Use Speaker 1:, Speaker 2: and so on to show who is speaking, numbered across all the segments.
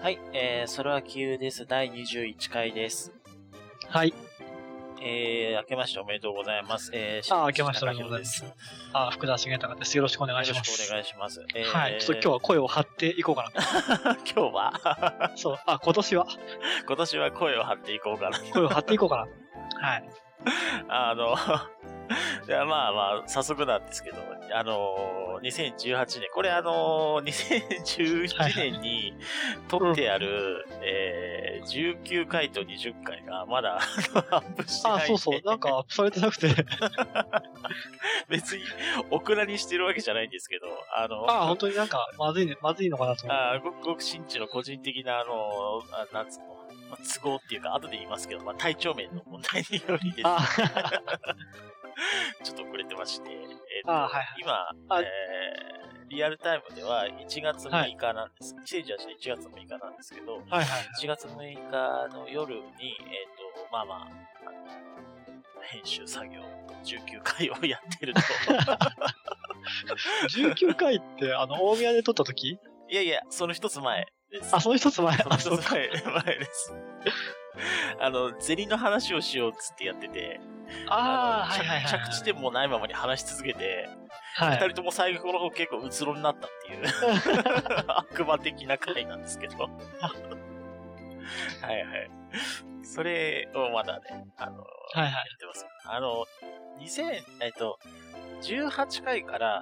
Speaker 1: はい、えー、それは急です。第21回です。
Speaker 2: はい。
Speaker 1: えー、明けましておめでとうございます。えー、
Speaker 2: あー明けましておめでとうございます
Speaker 1: よ
Speaker 2: あ、福田茂隆です。よろしくお願
Speaker 1: ろ
Speaker 2: い
Speaker 1: し
Speaker 2: し
Speaker 1: く
Speaker 2: ま
Speaker 1: お
Speaker 2: す。
Speaker 1: 願いします。えー
Speaker 2: はい。ちょっと今日は声を張っていこうかな
Speaker 1: 今日は、
Speaker 2: と。そう。あ、今年は
Speaker 1: 今年は声を張っていこう かな。
Speaker 2: 声を張っていこうかな。 はい。
Speaker 1: あの、 いやまあまあ、早速なんですけど、あのー、2018年、これあのー、2011年に撮ってある、えー、19回と20回がまだあのアップしてない
Speaker 2: あ
Speaker 1: ん、で
Speaker 2: そうそう。なんかアップされてなく て。
Speaker 1: 別に、オクラにしてるわけじゃないんですけど、あの、
Speaker 2: あ、本当になんかまずいね、まずいのかなと思う。
Speaker 1: あーごくごく新地の個人的な、あのー、あなんつうの、まあ都合っていうか、後で言いますけど、まあ、体調面の問題によりですね、
Speaker 2: あ、
Speaker 1: ちょっと遅れてまして、えっと
Speaker 2: あはいはい
Speaker 1: 今、
Speaker 2: あ
Speaker 1: えーリアルタイムでは1月6日なんです。2018年1月6日なんですけど、
Speaker 2: はいはい。
Speaker 1: 1月6日の夜に、えっ、と、まあまあ、あの編集作業19回をやってる と。
Speaker 2: 19回って、あの、大宮で撮った時
Speaker 1: いやいや、その一つ前です。
Speaker 2: あ、その一つ前。あ、
Speaker 1: そ
Speaker 2: そ
Speaker 1: の
Speaker 2: う
Speaker 1: 一つ
Speaker 2: か。
Speaker 1: 前前です。 あの、銭の話をしようっつってやってて、
Speaker 2: あ
Speaker 1: の
Speaker 2: ー、はいはいはい。
Speaker 1: 着着地点もないままに話し続けて、
Speaker 2: は
Speaker 1: 二
Speaker 2: い。
Speaker 1: 人とも最後の方結構うつろになったっていう 悪魔的な回なんですけどはいはいそれをまだねあの、
Speaker 2: はいはい
Speaker 1: やってますあの2000えっと18回から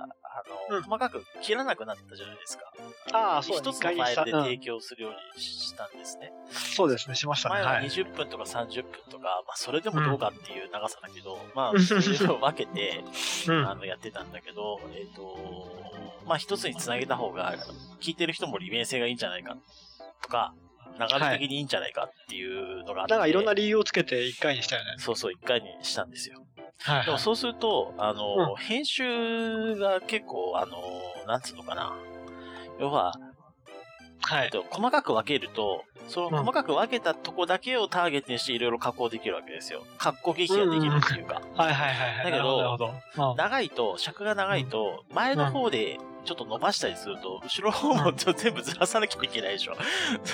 Speaker 1: あの、
Speaker 2: うん
Speaker 1: 細かく切らなくなったじゃないですか
Speaker 2: あー、そう
Speaker 1: 一
Speaker 2: だね
Speaker 1: つ
Speaker 2: 一
Speaker 1: の
Speaker 2: 回
Speaker 1: フ
Speaker 2: に
Speaker 1: ァ
Speaker 2: した
Speaker 1: イルで提供するようにしたんですね、
Speaker 2: うんそうですね、しましたね。
Speaker 1: 前
Speaker 2: は。
Speaker 1: はい20分とか30分とか、まあ、それでもどうかっていう長さだけど、ま あそれを分けて
Speaker 2: うん。
Speaker 1: あの、やってたんだけど、えっ、と、まあ、一つにつなげた方が、聞いてる人も利便性がいいんじゃないか、とか、流れ的にいいんじゃないかっていうのがあって、
Speaker 2: なんかいろんな理由をつけて一回にしたよね。
Speaker 1: そうそう、一回にしたんですよ。
Speaker 2: はい
Speaker 1: で
Speaker 2: は
Speaker 1: も
Speaker 2: い。
Speaker 1: そうすると、あの、編集が結構、あの、なんつうのかな。要は、
Speaker 2: は
Speaker 1: えっ
Speaker 2: い。
Speaker 1: と、細かく分けると、その
Speaker 2: うん
Speaker 1: 細かく分けたとこだけをターゲットにしていろいろ加工できるわけですよ。格好劇ができるっていうか。
Speaker 2: はいはいはいは
Speaker 1: だ
Speaker 2: い。
Speaker 1: けど
Speaker 2: なるほど。なるほど
Speaker 1: 長いと、尺が長いと、前の方でちょっと伸ばしたりすると、後ろの方もちょっと全部ずらさなきゃいけないでしょ。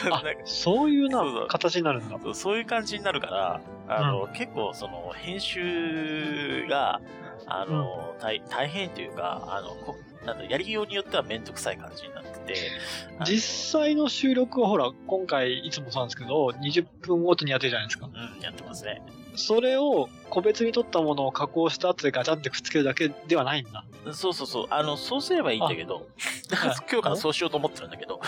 Speaker 1: なん
Speaker 2: あ
Speaker 1: か
Speaker 2: うんそういう
Speaker 1: そうそ
Speaker 2: な
Speaker 1: う、
Speaker 2: 形になるんだ。
Speaker 1: そうそういう感じになるから、あの、結構その、編集が、あの、大大変というか、あの、こなんだやりようによってはめんどくさい感じになってて、あの
Speaker 2: 実際の収録はほら、今回いつもそうなんですけど、20分ごとにやってるじゃないですか。
Speaker 1: うん、やってますね。
Speaker 2: それを個別に撮ったものを加工した後でガチャンってくっつけるだけではないんだ。
Speaker 1: そうそうそう。あの、そうすればいいんだけど、
Speaker 2: はい
Speaker 1: 今日からそうしようと思ってるんだけど。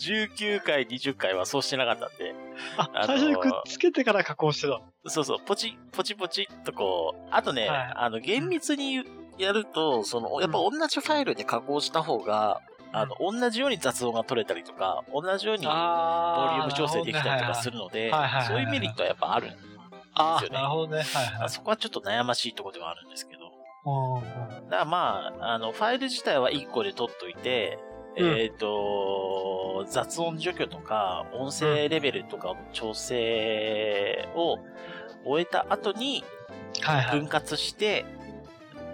Speaker 1: 19回、20回はそうしてなかったんで、
Speaker 2: あ、
Speaker 1: あのー
Speaker 2: 最初にくっつけてから加工してた。
Speaker 1: そうそう、ポチ、ポチポチっとこう、あとね、
Speaker 2: はい
Speaker 1: あの、厳密にやると、その、やっぱ同じファイルで加工した方が、あの、同じように雑音が取れたりとか、同じようにボリュ
Speaker 2: あ
Speaker 1: ーム調整できたりとかす
Speaker 2: る。
Speaker 1: るので
Speaker 2: はいはいはい、
Speaker 1: そういうメリットはやっぱある。
Speaker 2: あ
Speaker 1: ですよ
Speaker 2: ー
Speaker 1: ね
Speaker 2: なるほどね。はいはい。
Speaker 1: そこはちょっと悩ましいところではあるんですけど。
Speaker 2: うんうん
Speaker 1: だからまあ、あの、ファイル自体は1個で取っといて、
Speaker 2: うん
Speaker 1: えっ、と、雑音除去とか、音声レベルとかの調整を終えた後に
Speaker 2: はいはい。
Speaker 1: 分割して、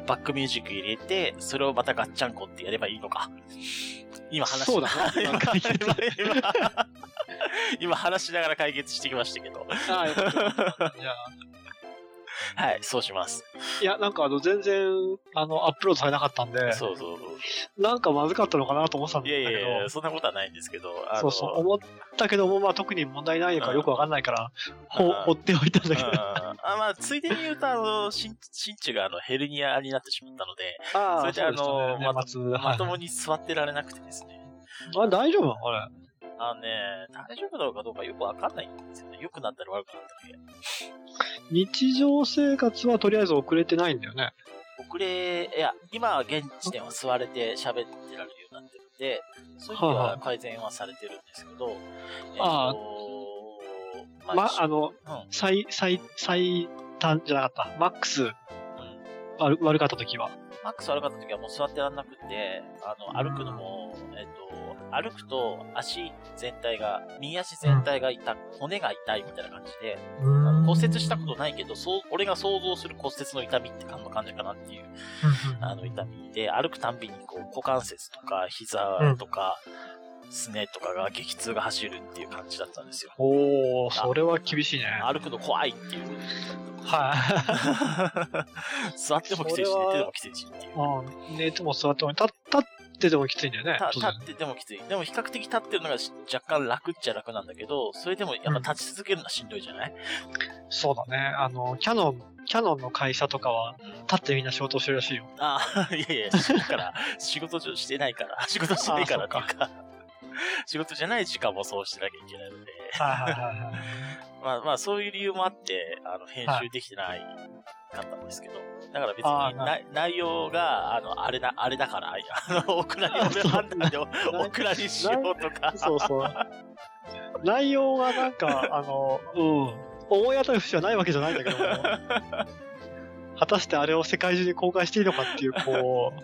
Speaker 1: バックミュージック入れて、それをまたガッチャンコってやればいいのか。今話し
Speaker 2: そうだね
Speaker 1: 今
Speaker 2: 今解決
Speaker 1: 今今今話しながら解決してきましたけど。
Speaker 2: あーよかったいや
Speaker 1: はい、そうします。
Speaker 2: いや、なんかあの、全然、あの、アップロードされなかったんで、
Speaker 1: そうそうそ
Speaker 2: なんかまずかったのかなと思ってたん
Speaker 1: う。
Speaker 2: だ
Speaker 1: い
Speaker 2: け
Speaker 1: や
Speaker 2: ど。
Speaker 1: いやいや、そんなことはないんですけど。あの
Speaker 2: そうそう、思ったけども、まあ特に問題ないのかよくわかんないから、ほ
Speaker 1: うん
Speaker 2: 放っておいたんだ けど。
Speaker 1: ああまあ、ついでに言うと、あの、新新中があのヘルニアになってしまったの で、
Speaker 2: あ
Speaker 1: それであの
Speaker 2: 年末、は
Speaker 1: ま
Speaker 2: い
Speaker 1: ともに座ってられなくてですね。
Speaker 2: あ、大丈夫あれ。
Speaker 1: あのね、大丈夫だろうかどうかよくわかんないんですよね。良くなったり悪くなったりで。
Speaker 2: 日常生活はとりあえず遅れてないんだよね。
Speaker 1: 遅れ、いや、今は現地点は座れて喋ってられるようになってるんで、そういう意味で
Speaker 2: はあは
Speaker 1: は
Speaker 2: あ
Speaker 1: 改善はされてるんですけど、
Speaker 2: ああ
Speaker 1: えっと、
Speaker 2: ま、あ
Speaker 1: う
Speaker 2: の、
Speaker 1: ん
Speaker 2: 最、最、最短じゃなかった。マックス、悪悪かった時は。
Speaker 1: マックス悪かった時はもう座ってらんなくて、あの、歩くのも、えっと、歩くと足全体が、右足全体が痛、骨が痛いみたいな感じで、あの骨折したことないけど、そう、俺が想像する骨折の痛みって感の感じかなっていう、あの痛みで、歩くたんびにこう股関節とか膝とか、すねとかが激痛が走るっていう感じだったんですよ。
Speaker 2: おお、それは厳しいね。
Speaker 1: 歩くの怖いっていう。
Speaker 2: は
Speaker 1: 座ってもきついし、
Speaker 2: それ
Speaker 1: 寝て
Speaker 2: は
Speaker 1: でもきついしっていう
Speaker 2: い。。 うん。寝ても座っても、立立ってでもきついんだよね
Speaker 1: た。立
Speaker 2: 当然
Speaker 1: ってでもきつい。でも比較的立ってるのがし若干楽っちゃ楽なんだけど、それでもやっぱ立ち続けるのはしんどいじゃない、
Speaker 2: そうだね。あの、キャノン、キャノンの会社とかは、立ってみんな仕事してるらしいよ。
Speaker 1: ああ、 いやいや、仕事から、仕事上してないから、仕事してないからとか、 仕事じゃない時間もそうしてなきゃいけないので、
Speaker 2: はいはいはいはい。
Speaker 1: まあまあそういう理由もあって、あの、編集できてないかったんですけど、だから別
Speaker 2: あー
Speaker 1: に
Speaker 2: な
Speaker 1: な内容が、あの、あれだ、あれだから、いやあの、オクラに、俺の判断でオクラにしようとか、
Speaker 2: そうそう。内容はなん か、あの、うん。思い当たる節はないわけじゃないんだけども、果たしてあれを世界中に公開していいのかっていう、こう、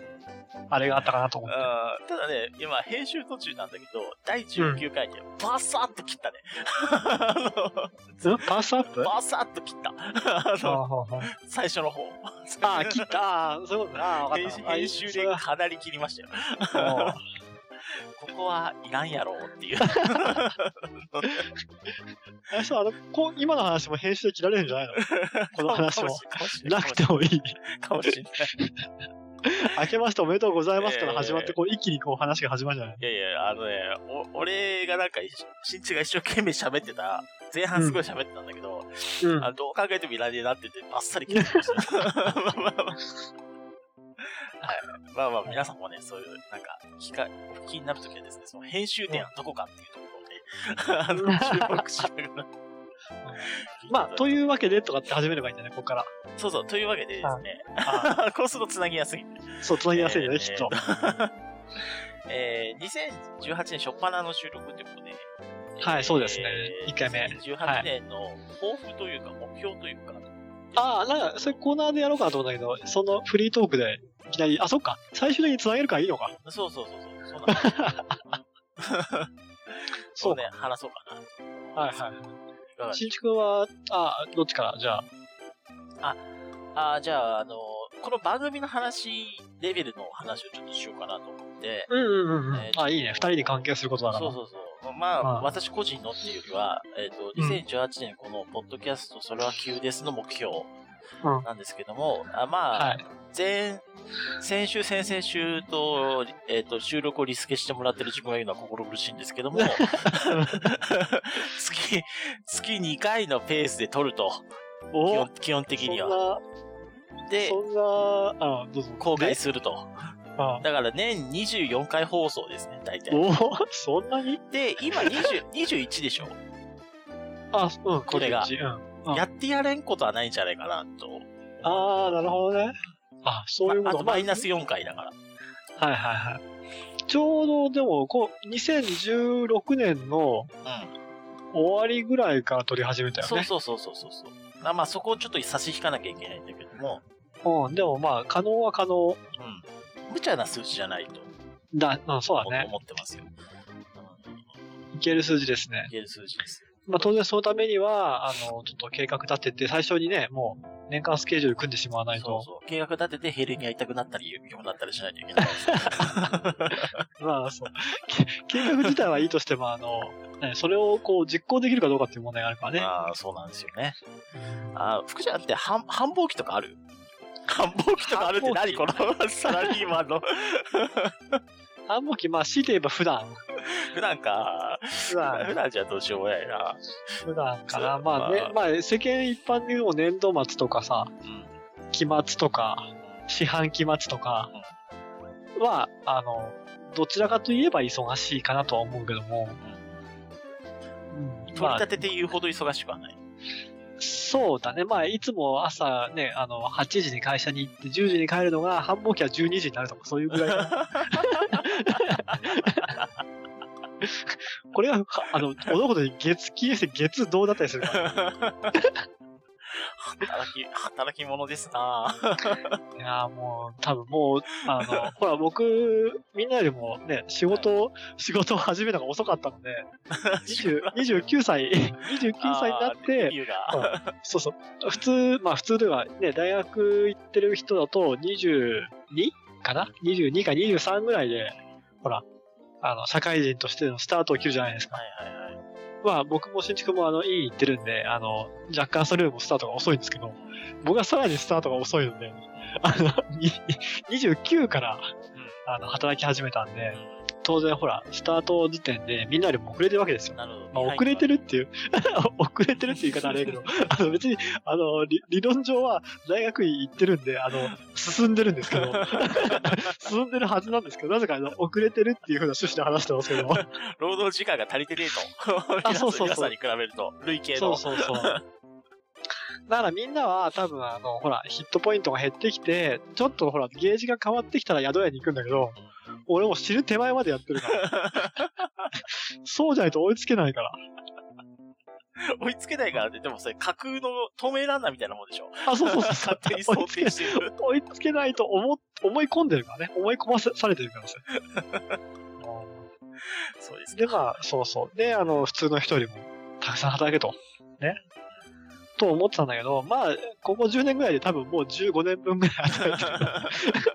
Speaker 2: あれがあったかなと思って。
Speaker 1: うんただね、今、編集途中なんだけど、第19回でバサッと切ったね。あ
Speaker 2: んパースアップ
Speaker 1: の バサッと切った。あ
Speaker 2: あ
Speaker 1: の、
Speaker 2: はいはい
Speaker 1: 最初の方。
Speaker 2: あー、切った。あーそういうことねあー、わか
Speaker 1: 編
Speaker 2: っ
Speaker 1: 集
Speaker 2: た。
Speaker 1: 編集でかなり切りましたよ。
Speaker 2: あ
Speaker 1: ここはいらんやろうっていう。
Speaker 2: れそう、あの、こう今の話も編集で切られるんじゃないの この話も。
Speaker 1: かしれ
Speaker 2: なくてもいい。
Speaker 1: かもしれない。
Speaker 2: 明けましておめでとうございますから
Speaker 1: えー
Speaker 2: 始まって、こう、一気にこう話が始まるんじゃない
Speaker 1: いやいや、あのね、お俺がなんか一緒、新地が一生懸命喋ってた、前半すごい喋ってたんだけど、
Speaker 2: うん
Speaker 1: あのどう考えてもいらねえなって言って、ばっさり切ってま した。まあまあまあ。はい。まあまあ、皆さんもね、そういう、なんか、聞か、お聞きになるときはですね、その編集点はどこかっていうところをね、あの、注目しながら。
Speaker 2: まあ、と
Speaker 1: う。
Speaker 2: いうわけでとかって始めればいいんじゃないここから。
Speaker 1: そうそう、というわけでですね、
Speaker 2: あ
Speaker 1: こうすると繋ぎやすいんで
Speaker 2: ーそう、繋ぎやすいよね、きっと。。
Speaker 1: えー、2018年初っ端の収録ってことで、
Speaker 2: はい、そうですね。
Speaker 1: えー
Speaker 2: 1回目。
Speaker 1: 2018年の抱負というか、目標というか、
Speaker 2: ああ、なんか、それコーナーでやろうかなと思ったけど、そのフリートークで、いきなり、あ、そっか、最終的に繋げるからいいのか。
Speaker 1: そうそうそうそう、そうなん ですよ
Speaker 2: そ
Speaker 1: そうう
Speaker 2: ね
Speaker 1: ね、話そうかな。
Speaker 2: はいはい
Speaker 1: かがでし
Speaker 2: 新築は、あーどっちからじゃあ。
Speaker 1: ょうあーじゃあ、あの、この番組の話、レベルの話をちょっとしようかなと思って、
Speaker 2: うんうんうんうん。
Speaker 1: えー
Speaker 2: あ、いいね。二人で関係することだか
Speaker 1: そ
Speaker 2: ら。
Speaker 1: うそうそう。まあ、
Speaker 2: まあ
Speaker 1: 私個人のっていうよりは、えっ、と、
Speaker 2: うん
Speaker 1: 2018年この、ポッドキャスト、それは急ですの目標
Speaker 2: うん
Speaker 1: なんですけども、あまあ、
Speaker 2: はい。
Speaker 1: 前、先週、先々週と、えっ、と、収録をリスケしてもらってる自分が言うのは心苦しいんですけ ども、月、月2回のペースで撮ると、基
Speaker 2: お
Speaker 1: 本基本的には。
Speaker 2: は。
Speaker 1: で、
Speaker 2: そんな、あどうぞ。
Speaker 1: 公開
Speaker 2: で。
Speaker 1: すると。
Speaker 2: あ
Speaker 1: だから年24回放送ですね、大体。
Speaker 2: おー そんなに
Speaker 1: で、今20 21でしょ
Speaker 2: あ、うん、
Speaker 1: これが
Speaker 2: こっちうん。あ
Speaker 1: やってやれんことはないんじゃないかなと。
Speaker 2: ああ、なるほどね。あ、そういう
Speaker 1: ま
Speaker 2: こ
Speaker 1: あ、あ
Speaker 2: と。
Speaker 1: とマイナス4回だから。
Speaker 2: はいはいはい。ちょうどでもこう、2016年の
Speaker 1: うん。
Speaker 2: 終わりぐらいから撮り始めたよ
Speaker 1: そう
Speaker 2: ね。
Speaker 1: そうそうそうそうそう。あまあ、そこをちょっと差し引かなきゃいけないんだけども、
Speaker 2: うん、でもまあ、可能は可能
Speaker 1: うん。無茶な数字じゃないと
Speaker 2: だ、うん、そうだね。
Speaker 1: 思ってますよ。うん
Speaker 2: いける数字ですね。
Speaker 1: いける数字です。
Speaker 2: まあ当然そのためには、あの、ちょっと計画立てて、最初にね、もう年間スケジュール組んでしまわない
Speaker 1: そう
Speaker 2: と。
Speaker 1: そう。計画立ててヘルニア痛くなったり、よくなったりしないといけないです。
Speaker 2: まあそう。 け計画自体はいいとしても、あの、ね、それをこう実行できるかどうかっていう問題があるからね。
Speaker 1: ああ、そうなんですよね。あー福ちゃんって繁繁忙期とかある繁忙期とかあるって何このサラリーマンの
Speaker 2: 繁忙期、まあ強いて言えば普段。
Speaker 1: 普段か
Speaker 2: 普段
Speaker 1: 普段じゃどうしようもないな、
Speaker 2: 普段か
Speaker 1: そ
Speaker 2: な。
Speaker 1: う
Speaker 2: まあね
Speaker 1: まあ、
Speaker 2: まあ世間一般で言うのも年度末とかさ、
Speaker 1: うん、
Speaker 2: 期末とか、四半期末とかは、あの、どちらかといえば忙しいかなとは思うけども、うん
Speaker 1: 取り
Speaker 2: まあ
Speaker 1: 立、てて言うほど忙しくは ない、
Speaker 2: そうだね。まあ、いつも朝ね、あの、8時に会社に行って、10時に帰るのが、繁忙期は12時になるとか、そういうぐらいかな。これは、あの、物事に月、金して月、どうだったりするから。
Speaker 1: 働き、働き者ですなぁ
Speaker 2: いやーもう、多分もう、あの、ほら、僕、みんなよりもね、仕事を、仕事を始めるのが遅かったの で、20 29歳、29歳になっ
Speaker 1: あー
Speaker 2: て
Speaker 1: 理、由が。
Speaker 2: そうそう、普通、まあ普通ではね、大学行ってる人だと 22? かな ?22 か23ぐらいで、ほら、あの、社会人としてのスタートを切るじゃないですか。
Speaker 1: はいはいはい。
Speaker 2: まあ僕も新築もあの、いい行ってるんで、あの、若干それよりもスタートが遅いんですけど、僕はさらにスタートが遅いので、あの、に29から、あの、働き始めたんで、当然ほら、スタート時点でみんなよりも遅れてるわけですよ。
Speaker 1: なるほど。
Speaker 2: まあ、遅れてるっていう、 遅れてるっていう言い方あれやけど、あの別に、あの、理理論上は大学院行ってるんで、あの、進んでるんです けど、進んでるはずなんですけど、なぜかあの、遅れてるっていうふうな趣旨で話してますけど、
Speaker 1: 労働時間が足りてねえと。
Speaker 2: あそうそうそう
Speaker 1: 皆さんに比べると、累計
Speaker 2: そ
Speaker 1: の
Speaker 2: う。そうそう。 だからみんなは多分あの、ほら、ヒットポイントが減ってきて、ちょっとほら、ゲージが変わってきたら宿屋に行くんだけど、俺もう死ぬ手前までやってるから、 そうじゃないと追いつけないから。
Speaker 1: 追いつけないからって、でもそれ架空の透明ランナーみたいなもんでしょ。
Speaker 2: あ、そうそうそうそ
Speaker 1: 勝
Speaker 2: う。
Speaker 1: 手に想定してる。
Speaker 2: 追いつけないと思っ思い込んでるからね。思い込ませされてるか らですよ。
Speaker 1: そうです
Speaker 2: で、
Speaker 1: ね。
Speaker 2: まあ、そうそう。で、あの、普通の人よりも、たくさん働けと。ね。と思ってたんだけど、まあ、ここ10年ぐらいで多分もう15年分ぐらい働いてる。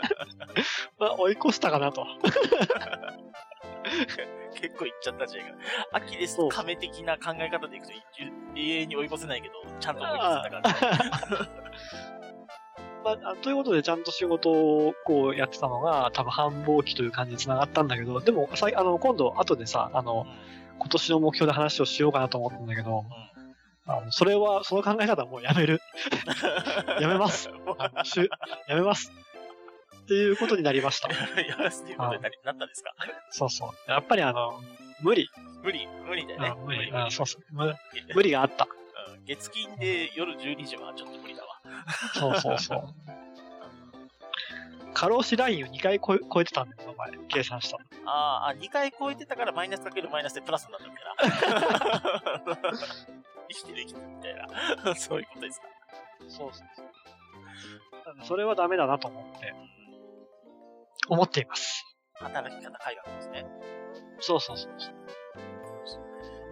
Speaker 2: まあ、追い越したかなと。
Speaker 1: 結構いっちゃったんじゃないかな。アキレス
Speaker 2: そう
Speaker 1: 亀的な考え方でいくと、永遠に追い越せないけど、ちゃんと追い越せたか ら。
Speaker 2: まああ、ということで、ちゃんと仕事をこうやってたのが、多分繁忙期という感じにつながったんだけど、でも、さいあの今度、後でさ、あの、今年の目標で話をしようかなと思ったんだけど、あのそれは、その考え方はもうやめる。やめます。あのしゅやめます。っていうことになりました。
Speaker 1: やらせていうことになりなったんですか
Speaker 2: そうそう。やっぱりあの、無理。
Speaker 1: 無理、無理だよね
Speaker 2: あ。無理。あそうそう。無
Speaker 1: 無
Speaker 2: 無
Speaker 1: 理。
Speaker 2: 理があった。
Speaker 1: うん月金で夜12時はちょっと無理だわ。
Speaker 2: そうそうそう。 過労死ラインを2回超え超えてたんだよ、お前。計算したの。
Speaker 1: あーあ、2回超えてたからマイナスかけるマイナスでプラスになったみたいな。 生きてる生きてるみたいな。 そういうことですか。
Speaker 2: そうそうそう。なんでそれはダメだなと思って、思っています。
Speaker 1: 働き方改革ですね。
Speaker 2: そうそうそう。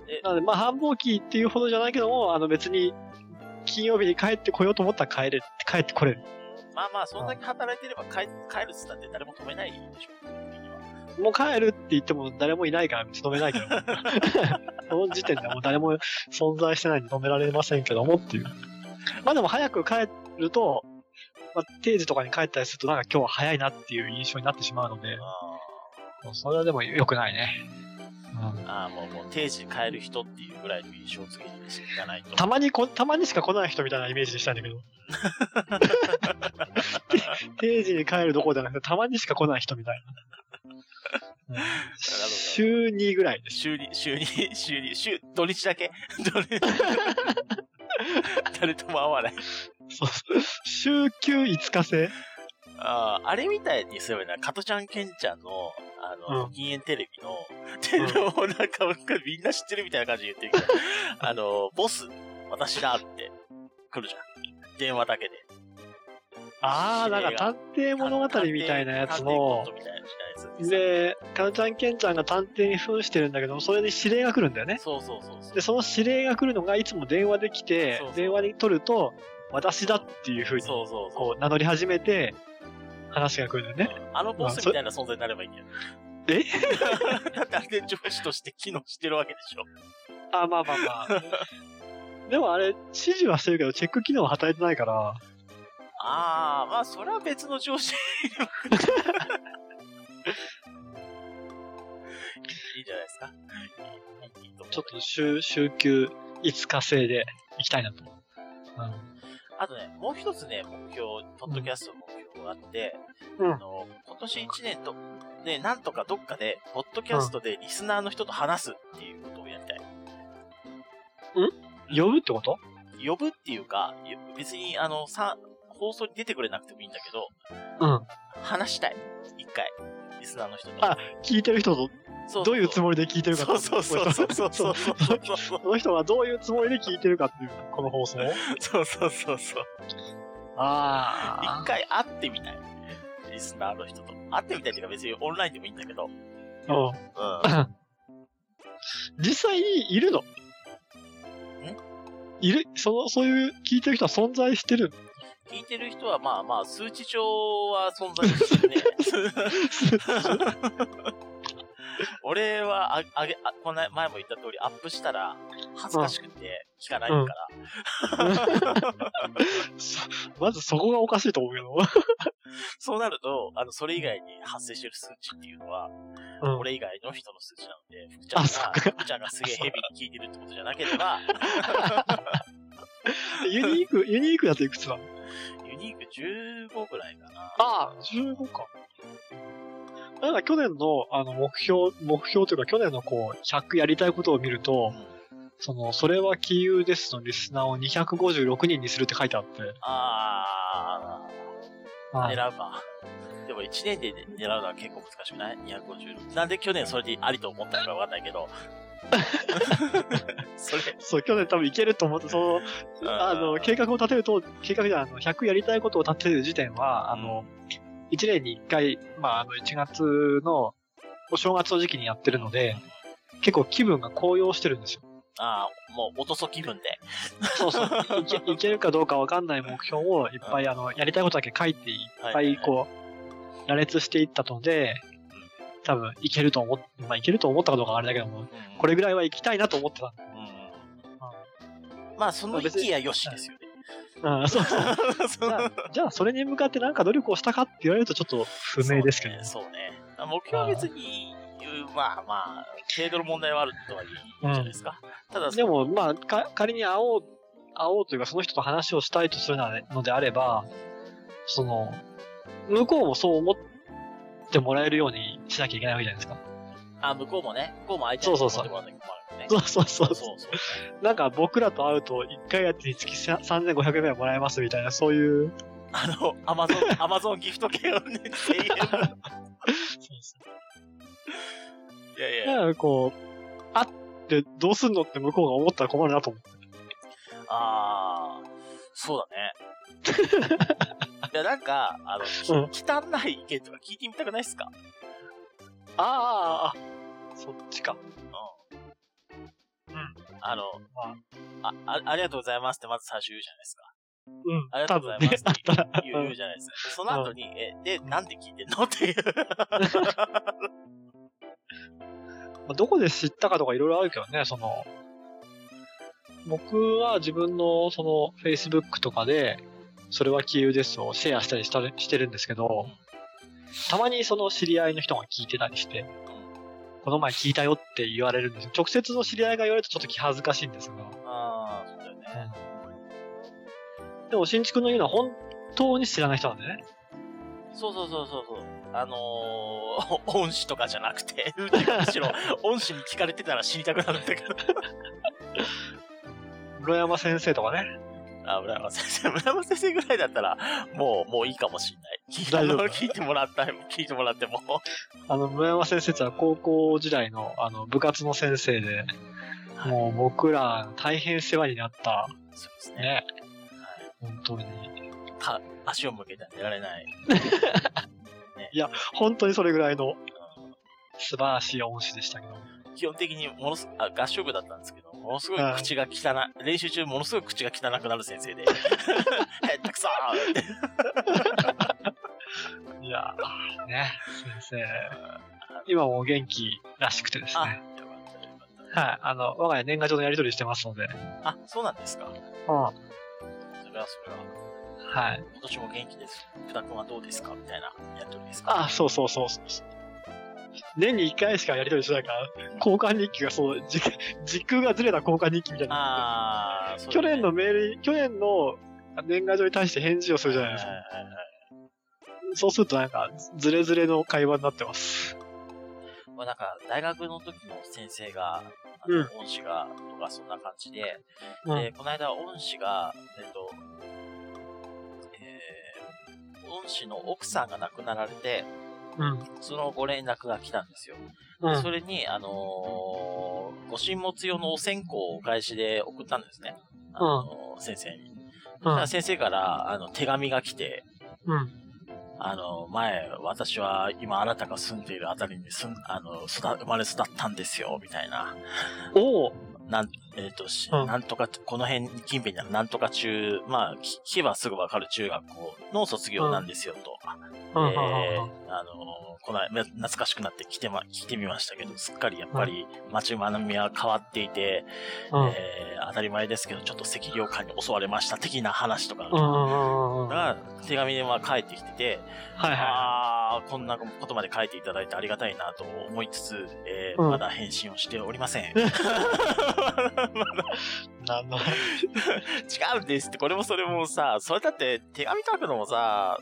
Speaker 1: え
Speaker 2: なので、まあ、繁忙期っていうほどじゃないけども、あの、別に、金曜日に帰ってこようと思ったら帰れ、帰ってこれる。
Speaker 1: まあまあ、そんだけ働いてれば帰帰るっつったって誰も止めないでしょ。基本的には
Speaker 2: もう帰るって言っても誰もいないから止めないけど。その時点ではもう誰も存在してないんで止められませんけどもっていう。まあでも早く帰ると、まあ、定時とかに帰ったりするとなんか今日は早いなっていう印象になってしまうので、
Speaker 1: あ
Speaker 2: もうそれはでも良くないね。うん
Speaker 1: ーあー、もう、もう定時帰る人っていうぐらいの印象付けにしていかないと。
Speaker 2: たまにこ、たまにしか来ない人みたいなイメージでしたいんだけど。定時に帰るどころじゃなくて、たまにしか来ない人みたいな。うん週2ぐらいです。
Speaker 1: 週に、週 に、週に、週、土日だけ 土日誰とも会わない。
Speaker 2: そうそう週休5日制。
Speaker 1: ああ、あれみたいにすればいいな、加トちゃんケンちゃんの、あの、
Speaker 2: うん
Speaker 1: 禁煙テレビの、天皇なんかみんな知ってるみたいな感じで言ってるけど、あの、ボス、私だって、来るじゃん。電話だけで。
Speaker 2: ああ、
Speaker 1: 知り合
Speaker 2: ないん
Speaker 1: が
Speaker 2: か探偵物語みたいなやつ
Speaker 1: 探偵
Speaker 2: の
Speaker 1: コント、みたいなやつで
Speaker 2: で、かなちゃんけんちゃんが探偵に扮してるんだけど、それで指令が来るんだよね。
Speaker 1: そうそうそうそう。
Speaker 2: で、その指令が来るのがいつも電話で来て
Speaker 1: そうそう、
Speaker 2: 電話に取ると、私だっていう風に、
Speaker 1: そうそうそう。
Speaker 2: こう名乗り始めて、話が来るんだよね。
Speaker 1: あのボスみたいな存在になればいいんだよ。
Speaker 2: え
Speaker 1: だってあれで上司として機能してるわけでしょ。
Speaker 2: あ、まあまあまあ。 でもあれ、指示はしてるけど、チェック機能は働いてないから、
Speaker 1: ああ、まあ、それは別の上司。いいんじゃないですか。いいいいと思う
Speaker 2: ちょっと週、週休5日制で行きたいなと。
Speaker 1: あとね、もう一つね、目標、ポッドキャストの目標があって、
Speaker 2: うん
Speaker 1: あの今年1年と、ね、なんとかどっかで、ポッドキャストでリスナーの人と話すっていうことをやりたい。
Speaker 2: うん。呼ぶってこと
Speaker 1: 呼ぶっていうか、よ別に、あの、さ、放送に出てくれなくてもいいんだけど、
Speaker 2: うん。
Speaker 1: 話したい。一回。リスナーの人と。
Speaker 2: あ聞いてる人と
Speaker 1: そう
Speaker 2: どういうつもりで聞いてるか
Speaker 1: そうそうそうそうそうそう そうそうそうそう
Speaker 2: この人はどういうつもりで聞いてるかっていう、この放送。
Speaker 1: そうそうそうそう
Speaker 2: あ
Speaker 1: 一回会ってみたいリスナーの人と会ってみたいっていうか別にオンラインでもいいんだけど、うん、
Speaker 2: あ。うん。実際にいるのいるその、そういう聞いてる人は存在してる
Speaker 1: 聞いてる人はまあまあ数値上は存在してる ね俺はああげあこの前前も言った通りアップしたら恥ずかしくて聞かないから、
Speaker 2: まずそこがおかしいと思うけど。
Speaker 1: そうなるとあのそれ以外に発生してる数値っていうのは
Speaker 2: うん
Speaker 1: 俺以外の人の数値なので、福ちゃん
Speaker 2: あそっ
Speaker 1: が、
Speaker 2: か
Speaker 1: 福ちゃんがすげえヘビに聞いてるってことじゃなけれ ば、
Speaker 2: ユニーク、 ユニークだといくつなの
Speaker 1: ユニーク15ぐらいかな。
Speaker 2: ああ、15か。なんか去年のあの目標、目標というか去年のこう、100やりたいことを見ると、その、それは杞憂ですのリスナーを256人にするって書いてあって。
Speaker 1: あー、
Speaker 2: あ
Speaker 1: 狙うか。でも1年で狙うのは結構難しくない ?256。なんで去年それでありと思ったのかわかんないけ ど。それ、
Speaker 2: そう、去年多分いけると思って、その、
Speaker 1: うん
Speaker 2: あの、計画を立てると、計画じゃないあの、100やりたいことを立てる時点は、あの、1年に1回、まあ、あの、1月の、お正月の時期にやってるので、結構気分が高揚してるんですよ。
Speaker 1: あー、もう落とそ気分で。
Speaker 2: そ うそう。いけいけるかどうかわかんない目標をいっぱい、あの、やりたいことだけ書いて、いっぱい、こう、羅列していったので、多分、いけると思っ、まあ、いけると思ったかどうかはあれだけども、
Speaker 1: うん
Speaker 2: これぐらいは行きたいなと思ってた
Speaker 1: うんまあ、その息やよしですよね。
Speaker 2: うん、そう そう。
Speaker 1: そ
Speaker 2: じ
Speaker 1: う
Speaker 2: ゃあ、じゃあそれに向かってなんか努力をしたかって言われるとちょっと不明ですけどね。
Speaker 1: そうね。そうね目標は別に、まあまあ、程度の問題はあるとはいいじゃないですか。ただ、
Speaker 2: でも、まあ、か仮に会おう、会おうというか、その人と話をしたいとするなのであれば、その、向こうもそう思ってもらえるようにしなきゃいけないわけじゃないですか。
Speaker 1: あ、向こうもね、向こうも相手に思ってもらわなきゃ困るね。
Speaker 2: そうそう
Speaker 1: そ
Speaker 2: そ
Speaker 1: う
Speaker 2: う。
Speaker 1: そうそう。
Speaker 2: なんか僕らと会うと、1回やってにつきさ3500円ぐらいもらえますみたいな、そういう。
Speaker 1: あの、アマゾン、アマゾンギフト券をね、1000円。いやい
Speaker 2: だ
Speaker 1: や、
Speaker 2: からこう、会ってどうすんのって向こうが思ったら困るなと思って。
Speaker 1: あー、そうだ ね。いや、なんか、あ
Speaker 2: うん
Speaker 1: の、き汚い意見とか聞いてみたくないっすか
Speaker 2: ああ、ああ、そっちか。
Speaker 1: あの、あ、あありがとうございますってまず最初言うじゃないですか。
Speaker 2: うん、
Speaker 1: ありがと
Speaker 2: 多
Speaker 1: うござ
Speaker 2: 分
Speaker 1: いま
Speaker 2: ね
Speaker 1: す。
Speaker 2: あ
Speaker 1: っ
Speaker 2: ったら。
Speaker 1: て言う言うじゃないですか。その後に、え、で、なんで聞いてんのっていう。
Speaker 2: まあどこで知ったかとかいろいろあるけどね、その、僕は自分のその Facebook とかで、それは杞憂ですをシェアしたりしたしてるんですけど、たまにその知り合いの人が聞いてたりして、この前聞いたよって言われるんですよ。直接の知り合いが言われるとちょっと気恥ずかしいんですが、
Speaker 1: ああ、そうだよね。
Speaker 2: でも新築の言うのは本当に知らない人なんでね。
Speaker 1: そうそうそうそうそう。あのー、 恩師とかじゃなくて、むし ろ恩師に聞かれてたら死にたくなるんだけど。
Speaker 2: 室山先生とかね。
Speaker 1: あ、村山先生、村山先生ぐらいだったら、もう、もういいかもしんない。聞い
Speaker 2: 大丈夫
Speaker 1: あの 聞いてもらったも、聞いてもらっても。
Speaker 2: あの、村山先生とは高校時代のあの部活の先生で、もう僕ら大変世話になった、
Speaker 1: そうですね。
Speaker 2: ね、本当に。
Speaker 1: た足を向けて寝られない。
Speaker 2: 本当にそれぐらいの素晴らしい恩師でしたけど。
Speaker 1: 基本的にものすあ合唱部だったんですけど、ものすごい
Speaker 2: はい
Speaker 1: 口が汚い、練習中ものすごい口が汚くなる先生 で、へ ったくそーって。
Speaker 2: いやー、ね、先生。今もお元気らしくてです
Speaker 1: あ、
Speaker 2: ね。
Speaker 1: よかったよかっ
Speaker 2: はい。あの、我が家年賀状のやり取りしてますので。うん。
Speaker 1: た。あ、そうなんですか。
Speaker 2: は
Speaker 1: それはそれは。
Speaker 2: い。
Speaker 1: 今年も元気です。福田君はどうですかみたいなやっておりですか
Speaker 2: あ、そうそうそうそうそう。年に1回しかやり取りしないから、交換日記がそう、時時空がずれた交換日記みたいな。
Speaker 1: あー、そう
Speaker 2: 去
Speaker 1: だね
Speaker 2: 年のメール、去年の年賀状に対して返事をするじゃないですか。
Speaker 1: はいはいはい
Speaker 2: そうするとなんか、ずれずれの会話になってます。
Speaker 1: まあ、なんか、大学の時の先生が、あの
Speaker 2: うん
Speaker 1: 恩師が、とか、そんな感じで、
Speaker 2: うん
Speaker 1: で、この間、恩師が、えっと、えー、恩師の奥さんが亡くなられて、
Speaker 2: うん。
Speaker 1: そのご連絡が来たんですよ。
Speaker 2: うん。
Speaker 1: それに、あのーご神物用のお線香をお返しで送ったんですね。あのー先生に。
Speaker 2: う
Speaker 1: だか
Speaker 2: ん
Speaker 1: ら先生から、あの、手紙が来て、
Speaker 2: うん。
Speaker 1: あの、前、私は今あなたが住んでいるあたりに住ん、あの、育、生まれ育ったんですよ、みたいな。
Speaker 2: おお
Speaker 1: なん、えっ、と、し
Speaker 2: うん
Speaker 1: なんとか、この辺、近辺にあるなんとか中、まあ、き木はすぐわかる中学校の卒業なんですよ、と。
Speaker 2: うんうん
Speaker 1: え
Speaker 2: うん
Speaker 1: ーあの、この間、懐かしくなって来てま、来てみましたけど、すっかりやっぱり街並みは変わっていて、
Speaker 2: うんうん
Speaker 1: えー当たり前ですけど、ちょっと赤涼感に襲われました、的な話とか
Speaker 2: うんうんうんうんはい
Speaker 1: が、手紙でまあ返ってきてて、
Speaker 2: はいは
Speaker 1: ああ、こんなことまで書いていただいてありがたいなと思いつつ、えー
Speaker 2: うん
Speaker 1: まだ返信をしておりません。違
Speaker 2: い。なんの
Speaker 1: うんですって、これもそれもさ、それだって手紙書くのもさ、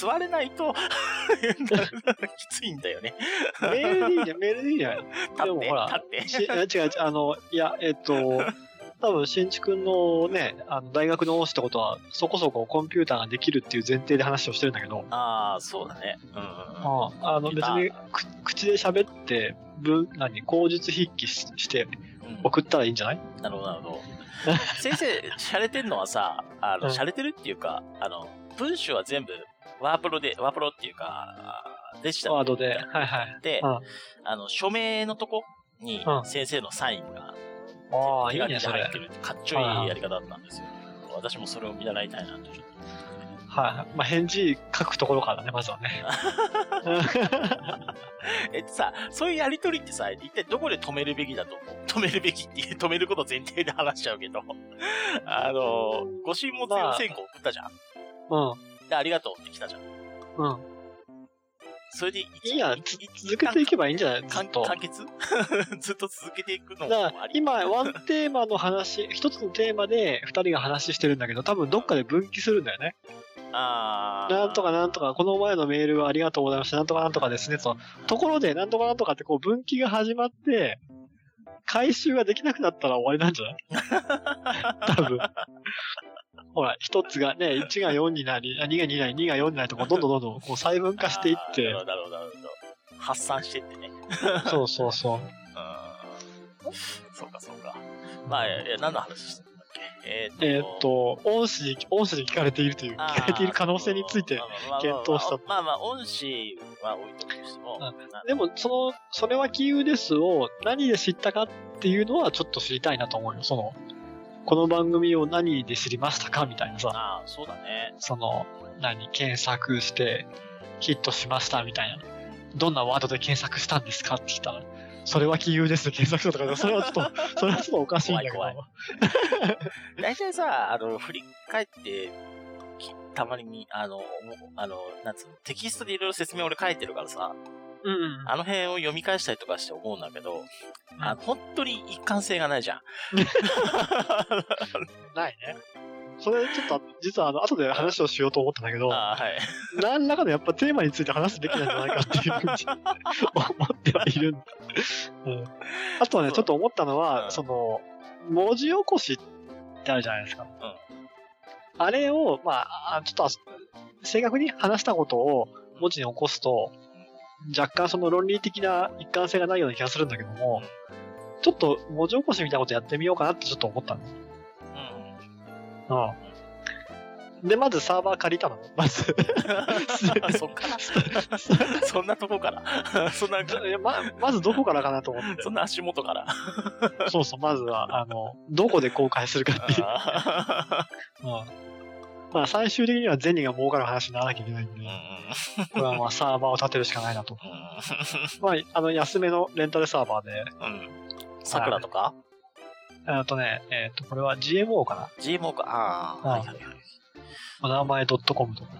Speaker 1: 座れないと きついんだよね。
Speaker 2: メールでいいじゃん、メールでいいじゃん。
Speaker 1: 立
Speaker 2: で
Speaker 1: っ
Speaker 2: も
Speaker 1: て、
Speaker 2: ほら
Speaker 1: 立
Speaker 2: し違う違う、あの、いや、えっと、多分、新地君のね、あの大学の恩師ってことは、そこそこコンピューターができるっていう前提で話をしてるんだけど、
Speaker 1: ああ、そうだね。うんうんうん。
Speaker 2: あの、別にく口で喋って、文、何、口述筆記しして
Speaker 1: うん
Speaker 2: 送ったらいいんじゃない
Speaker 1: なるほど、なる ほど。先生、洒落てんのはさ、あの、
Speaker 2: うん
Speaker 1: 洒落てるっていうか、あの、文章は全部、ワープロで、ワープロっていうか、デジタル
Speaker 2: ワードで。はいはい。
Speaker 1: で、
Speaker 2: うん
Speaker 1: あの、署名のとこに
Speaker 2: うん
Speaker 1: 先生のサインが
Speaker 2: ああ、
Speaker 1: 手
Speaker 2: いい
Speaker 1: 書き
Speaker 2: ね、
Speaker 1: で
Speaker 2: そ
Speaker 1: 入
Speaker 2: れ。は
Speaker 1: っ
Speaker 2: い
Speaker 1: てるってかっちょいいやり方だったんですよ。私もそれを見習いたいなと。
Speaker 2: はい。まあ、返事書くところからね、まず はね。
Speaker 1: え、さ、そういうやりとりってさ、一体どこで止めるべきだと思う 止めるべきっていう、止めること前提で話しちゃうけど。 あの、ご神物用線香送ったじゃん。
Speaker 2: うん。
Speaker 1: で、ありがとうって来たじゃん。
Speaker 2: うん。
Speaker 1: それでい
Speaker 2: いいや、つ続けていけばいいんじゃないずっ
Speaker 1: 完
Speaker 2: と。
Speaker 1: 完結 ずっと続けていくの
Speaker 2: だか
Speaker 1: もあ
Speaker 2: ら
Speaker 1: り
Speaker 2: 今ワンテーマの話 一つのテーマで2人が話してるんだけど多分どっかで分岐するんだよね。
Speaker 1: あー
Speaker 2: なんとかなんとかこの前のメールはありがとうございましたなんとかなんとかですねとところでなんとかなんとかってこう分岐が始まって回収ができなくなったら終わりなんじゃな い多分。ほら一つがね1が4になりあ2が2になり2が4になりとこうどんどんどんどんこう細分化していっ
Speaker 1: あー
Speaker 2: て
Speaker 1: なるほど、なるほどなるほど。発散してってね。
Speaker 2: そうそうそう。
Speaker 1: うんそうか、そうか。まあ、いや、何の話してたんだっけえー
Speaker 2: えーっ、と恩師に恩師に聞かれているという
Speaker 1: あー
Speaker 2: 聞かれている可能性について。検討し
Speaker 1: まあま
Speaker 2: た
Speaker 1: あ、まあまあ恩師は置いとくとしても、
Speaker 2: うん
Speaker 1: な
Speaker 2: でも、その、それは杞憂ですを何で知ったかっていうのはちょっと知りたいなと思うよ。その、この番組を何で知りましたかみたいなさ、
Speaker 1: ああ、そうだね。
Speaker 2: その、何、検索してヒットしましたみたいな。どんなワードで検索したんですかって聞いたら、それは杞憂ですで検索したとか、それはちょっ と、それはちょっとおかしいんだけど。
Speaker 1: 怖い大体さ、あの、振り返って、きたまに、あの、おあの、なんつうの、テキストでいろいろ説明俺書いてるからさ、
Speaker 2: うんうん。
Speaker 1: あの辺を読み返したりとかして思うんだけど、あの本当に一貫性がないじゃん。
Speaker 2: ないね。それちょっと、実はあの、後で話をしようと思ったんだけど、
Speaker 1: ああ、はい。
Speaker 2: 何らかのやっぱテーマについて話すべきなんじゃないかっていうふうに思ってはいるんだ。うん、あとはね、ちょっと思ったの
Speaker 1: う
Speaker 2: は、
Speaker 1: ん
Speaker 2: その、文字起こしってあるじゃないですか。あれを、まあ、あちょっとあ正確に話したことを文字に起こすと、若干その論理的な一貫性がないような気がするんだけども、ちょっと文字起こしみたいなことやってみようかなってちょっと思ったの。
Speaker 1: うんうん
Speaker 2: うん。で、まずサーバー借りたの。まず。
Speaker 1: そっからそんなとこからそんな、
Speaker 2: いやままずどこからかなと思って。
Speaker 1: そんな足元から。
Speaker 2: そうそう、まずは、あの、どこで公開するかっていう。
Speaker 1: あ
Speaker 2: うんまあ、最終的には銭が儲かる話にならなきゃいけないん
Speaker 1: ーうん
Speaker 2: で、これはまあ、サーバーを立てるしかないなと。
Speaker 1: う
Speaker 2: まあ、あの、安めのレンタルサーバーで、
Speaker 1: んうんうん桜とか
Speaker 2: えっとね、えっ、と、これは GMO か
Speaker 1: ?GMO か。ああ、はいはいはい。
Speaker 2: な。お名前 .com とか。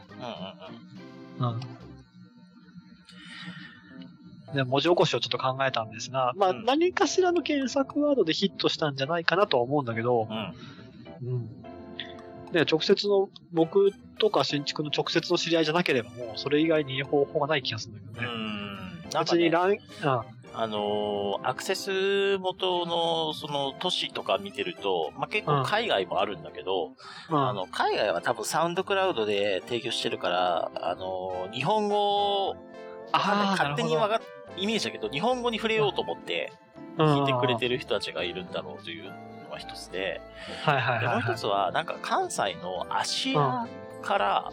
Speaker 1: うんうん
Speaker 2: うん。で、文字起こしをちょっと考えたんですが、まあ、
Speaker 1: うん
Speaker 2: 何かしらの検索ワードでヒットしたんじゃないかなとは思うんだけど、
Speaker 1: うん。うん。
Speaker 2: うん。で、直接の、僕とか新築の直接の知り合いじゃなければ、もうそれ以外に方法がない気がするんだけ
Speaker 1: う
Speaker 2: どね。
Speaker 1: ん。なんか
Speaker 2: 別に
Speaker 1: ね、
Speaker 2: ラン、うん、
Speaker 1: あのーアクセス元の、その、都市とか見てると、まあ、結構海外もあるんだけど、あ
Speaker 2: うん、
Speaker 1: の、海外は多分サウンドクラウドで提供してるから、あの、日本語
Speaker 2: ああ、な
Speaker 1: 勝手
Speaker 2: るほ
Speaker 1: にわ
Speaker 2: ど。
Speaker 1: かっイメージだけど、日本語に触れようと思って、聞いてくれてる人たちがいるんだろうというのが一つで、
Speaker 2: うん。はいはい
Speaker 1: で
Speaker 2: はい、
Speaker 1: もう
Speaker 2: は
Speaker 1: 一
Speaker 2: い。
Speaker 1: つは、なんか関西の芦屋から、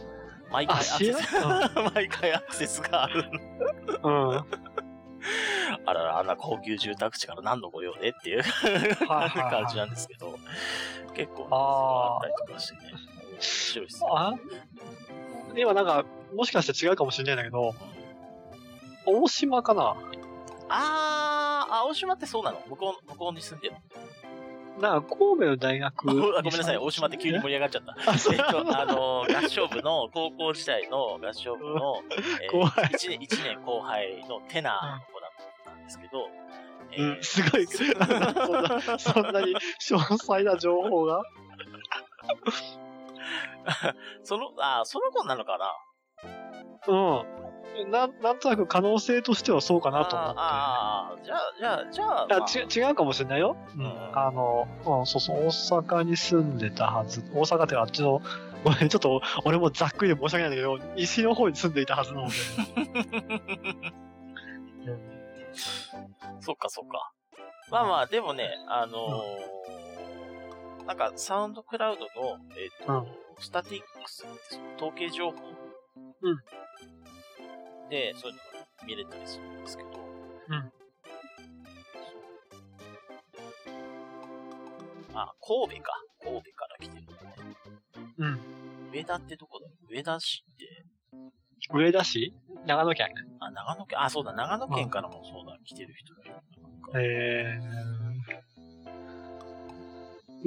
Speaker 1: 毎回アクセ
Speaker 2: 芦
Speaker 1: ス、 毎回アクセスがある。
Speaker 2: うん。はい
Speaker 1: あらら、あんな高級住宅地から何のご用でっていう
Speaker 2: はい
Speaker 1: 感じ
Speaker 2: は。
Speaker 1: ないんですけど、結構、
Speaker 2: あー
Speaker 1: あったりとかしてね。面白いっすね。
Speaker 2: あ今なんか、もしかして違うかもしれないんだけど、大島かな
Speaker 1: あー、青島ってそうなの向こう、向こうに住んでる。
Speaker 2: なんか神戸の大学
Speaker 1: あ
Speaker 2: に
Speaker 1: ごめんなさい、大島って急に盛り上がっちゃった。
Speaker 2: あ、そ
Speaker 1: え
Speaker 2: う
Speaker 1: っと、あのー合唱部の、高校時代の合唱部の、え
Speaker 2: 後輩
Speaker 1: 1, 年一年後輩のテナーの子だったんですけど、え
Speaker 2: うん、す ごい。あのそんな、そんなに詳細な情報が。
Speaker 1: その、あー、その子なのかな
Speaker 2: うん。な、なんとなく可能性としてはそうかなと思って。
Speaker 1: あーあー、じゃあ、じゃあ、じゃあ、
Speaker 2: あ
Speaker 1: まあ
Speaker 2: ち違うかもしれないよ。うん
Speaker 1: うん
Speaker 2: あの、うん、そうそう、大阪に住んでたはず。大阪っていうかあっちの、 ごめん、ちょっと、俺もざっくりで申し訳ないんだけど、西の方に住んでいたはずなので。
Speaker 1: そっかそっか。まあまあ、でもね、あのーなんか、サウンドクラウドの、えっ、と、
Speaker 2: うん
Speaker 1: スタティックスってその統計情報。
Speaker 2: うん
Speaker 1: で、そういうのが見れたりするんですけど。
Speaker 2: うん
Speaker 1: そう。あ、神戸か。神戸から来てるのね。
Speaker 2: うん。
Speaker 1: 上田ってどこだ上田市って、
Speaker 2: 上田市長野県。
Speaker 1: あ、長野県、あ、そうだ、長野県からもそうだ、来てる人がいるなんか。
Speaker 2: え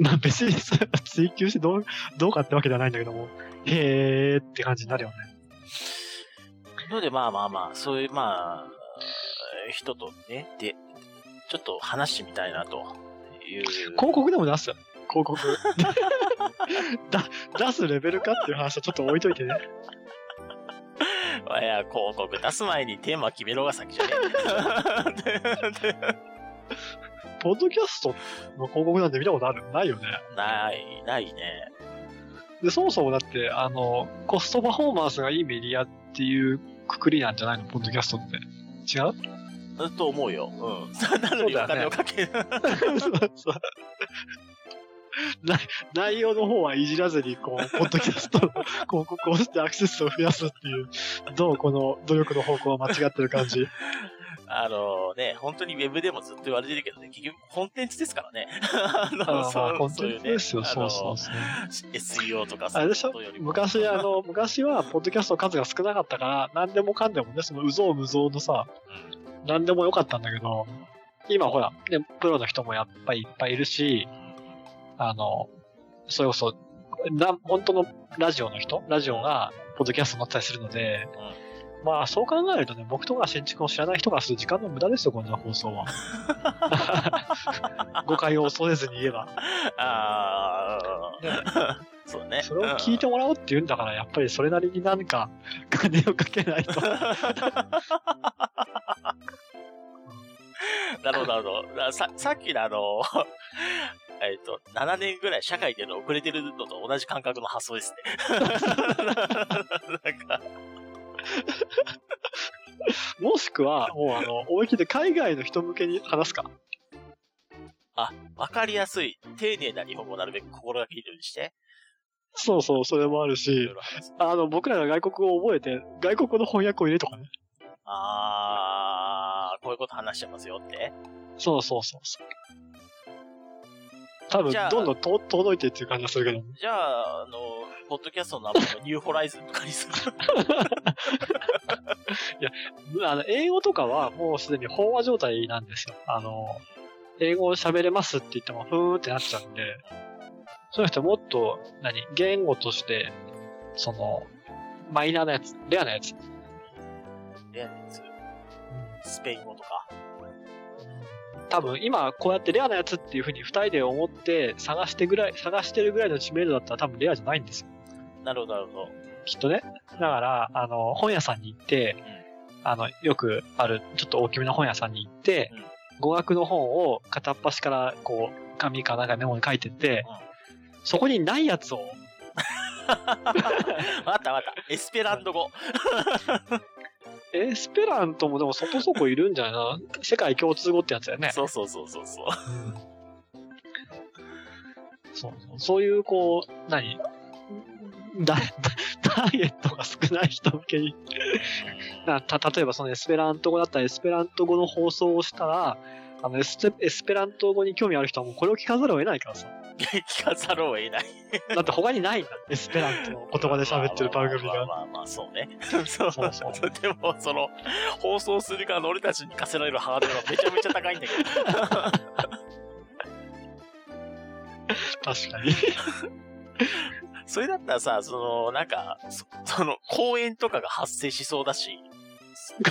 Speaker 2: ー、 まあ別にそれは追求してどう、どうかってわけではないんだけども、へーって感じになるよね。
Speaker 1: ので、まあまあまあ、そういう、まあ、人とね、で、ちょっと話してみたいなという。
Speaker 2: 広告でも出す広告。 だ出すレベルかっていう話はちょっと置いといてね。
Speaker 1: いや、広告出す前にテーマ決めろが先じゃね え
Speaker 2: ポッドキャストの広告なんて見たことあるないよね。
Speaker 1: ない、ないね。
Speaker 2: で、そもそもだって、あの、コストパフォーマンスがいいメディアっていうくくりなんじゃないのポッドキャストって。違う
Speaker 1: と思うよ。うん。なのにお金をかける。
Speaker 2: そうそうな内容の方はいじらずに、こう、ポッドキャストの 広告をしてアクセスを増やすっていう、どうこの努力の方向は間違ってる 感じ。
Speaker 1: あのね、本当にウェブでもずっと言われてるけどね、結局コンテンツですからね。 あの
Speaker 2: あーまあ、コン
Speaker 1: そ
Speaker 2: テ
Speaker 1: ういう
Speaker 2: ンツ
Speaker 1: ね
Speaker 2: ですよ、
Speaker 1: あ
Speaker 2: そう
Speaker 1: の
Speaker 2: そうそう。
Speaker 1: SEO とか
Speaker 2: あれでしょ
Speaker 1: そういうことよりも
Speaker 2: 昔、あの、昔は、ポッドキャストの数が少なかったから、何でもかんでもね、その、うぞうむぞうのさ、
Speaker 1: う
Speaker 2: 何でもよかったんだけど、今ほら、ね、プロの人もやっぱりいっぱいいるし、あの、それこそ、な、本当のラジオの人ラジオが、ポッドキャストになったりするので、まあ、そう考えるとね、僕とか新築を知らない人がする時間の無駄ですよ、こんな放送は。誤解を恐れずに言えば。
Speaker 1: んああ、そうね。
Speaker 2: それを聞いてもらおうって言うんだから、やっぱりそれなりになんか、金をかけないと。
Speaker 1: なるほど、なるほど。だささっきのあの、 えっと、7年ぐらい社会での遅れてるのと同じ感覚の発想ですね。 なんか、
Speaker 2: もしくは、もうあの、思い切って海外の人向けに話すか。
Speaker 1: わかりやすい、丁寧な日本語をなるべく心がけるようにして、
Speaker 2: そうそう、それもある
Speaker 1: い
Speaker 2: し
Speaker 1: ろい、ろ話す。
Speaker 2: あの、僕らが外国語を覚えて、外国語の翻訳を入れとかね。
Speaker 1: あー、こういうこと話してますよって。
Speaker 2: そうそうそうそう。多分
Speaker 1: じゃあ、
Speaker 2: どんどんと届いてっていう感じがするけど。
Speaker 1: じゃあ、あの、ポッドキャストの名前をニューホライズンとかにする。
Speaker 2: あの、英語とかはもうすでに飽和状態なんですよ。あの、英語を喋れますって言っても、ふーんってなっちゃうんで、そういう人もっと、何、言語として、その、マイナーなやつ、レアなやつ。
Speaker 1: レアなやつスペイン語とか。
Speaker 2: 多分今こうやってレアなやつっていうふうに2人で思って探してぐらい探してるぐらいの知名度だったら多分レアじゃないんですよ
Speaker 1: なるほど、なるほど。
Speaker 2: きっとねだからあの本屋さんに行ってあのよくあるちょっと大きめの本屋さんに行って、
Speaker 1: うん
Speaker 2: 語学の本を片っ端からこう紙かなんかメモに書いてって、そこにないやつを
Speaker 1: わかったわかった。エスペランド語。
Speaker 2: エスペラントもでもそこそこいるんじゃないな。世界共通語ってやつだよね。
Speaker 1: そうそうそうそうそう。
Speaker 2: そうそうそういう、こう、何 ダダイエットが少ない人向けになた例えばそのエスペラント語だったらエスペラント語の放送をしたらあのエスペエスペラント語に興味ある人はもうこれを聞かざるを得ないからさ
Speaker 1: 聞かざるを得ない。
Speaker 2: だって他にないんだエスペラントの言葉で喋ってる番組
Speaker 1: まあ
Speaker 2: が
Speaker 1: まあまあまあまあまあ、そうね。そう
Speaker 2: そうそう
Speaker 1: でも、その、放送する側の俺たちに課せられるハードルはめちゃめちゃ高いんだけど。
Speaker 2: 確かに
Speaker 1: それだったらさ、その、なんか、そその、公演とかが発生しそうだし、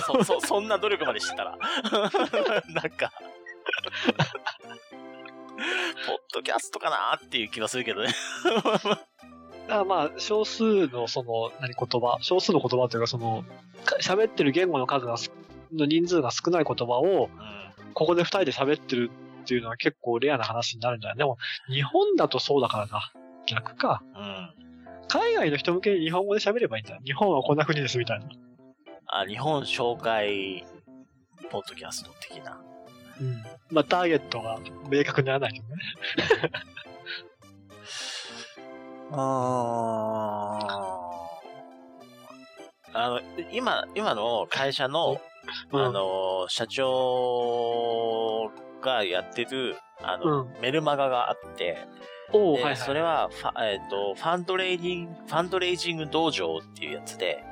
Speaker 1: そ、そ、そんな努力までしてたら。なんか、ポッドキャストかなっていう気はするけどね。
Speaker 2: だからまあ少数のその何言葉少数の言葉というかそのか喋ってる言語の数がすの人数が少ない言葉
Speaker 1: う
Speaker 2: を
Speaker 1: ん。
Speaker 2: ここで二人で喋ってるっていうのは結構レアな話になるんじゃないでも、日本だとそうだからな。逆か。
Speaker 1: うん。
Speaker 2: 海外の人向けに日本語で喋ればいいんだ。日本はこんな国ですみたいな。
Speaker 1: あ、日本紹介、ポッドキャスト的な。
Speaker 2: うん。まあ、ターゲットが明確にならないけどね。
Speaker 1: あの、今、今の会社の、あ
Speaker 2: うん。
Speaker 1: の、社長がやってる、あの、
Speaker 2: うん
Speaker 1: メルマガがあって、
Speaker 2: おお、は
Speaker 1: で
Speaker 2: いはい。
Speaker 1: それ、はファ、えっ、と、ファンドレイディング、ファンドレイジング道場っていうやつで、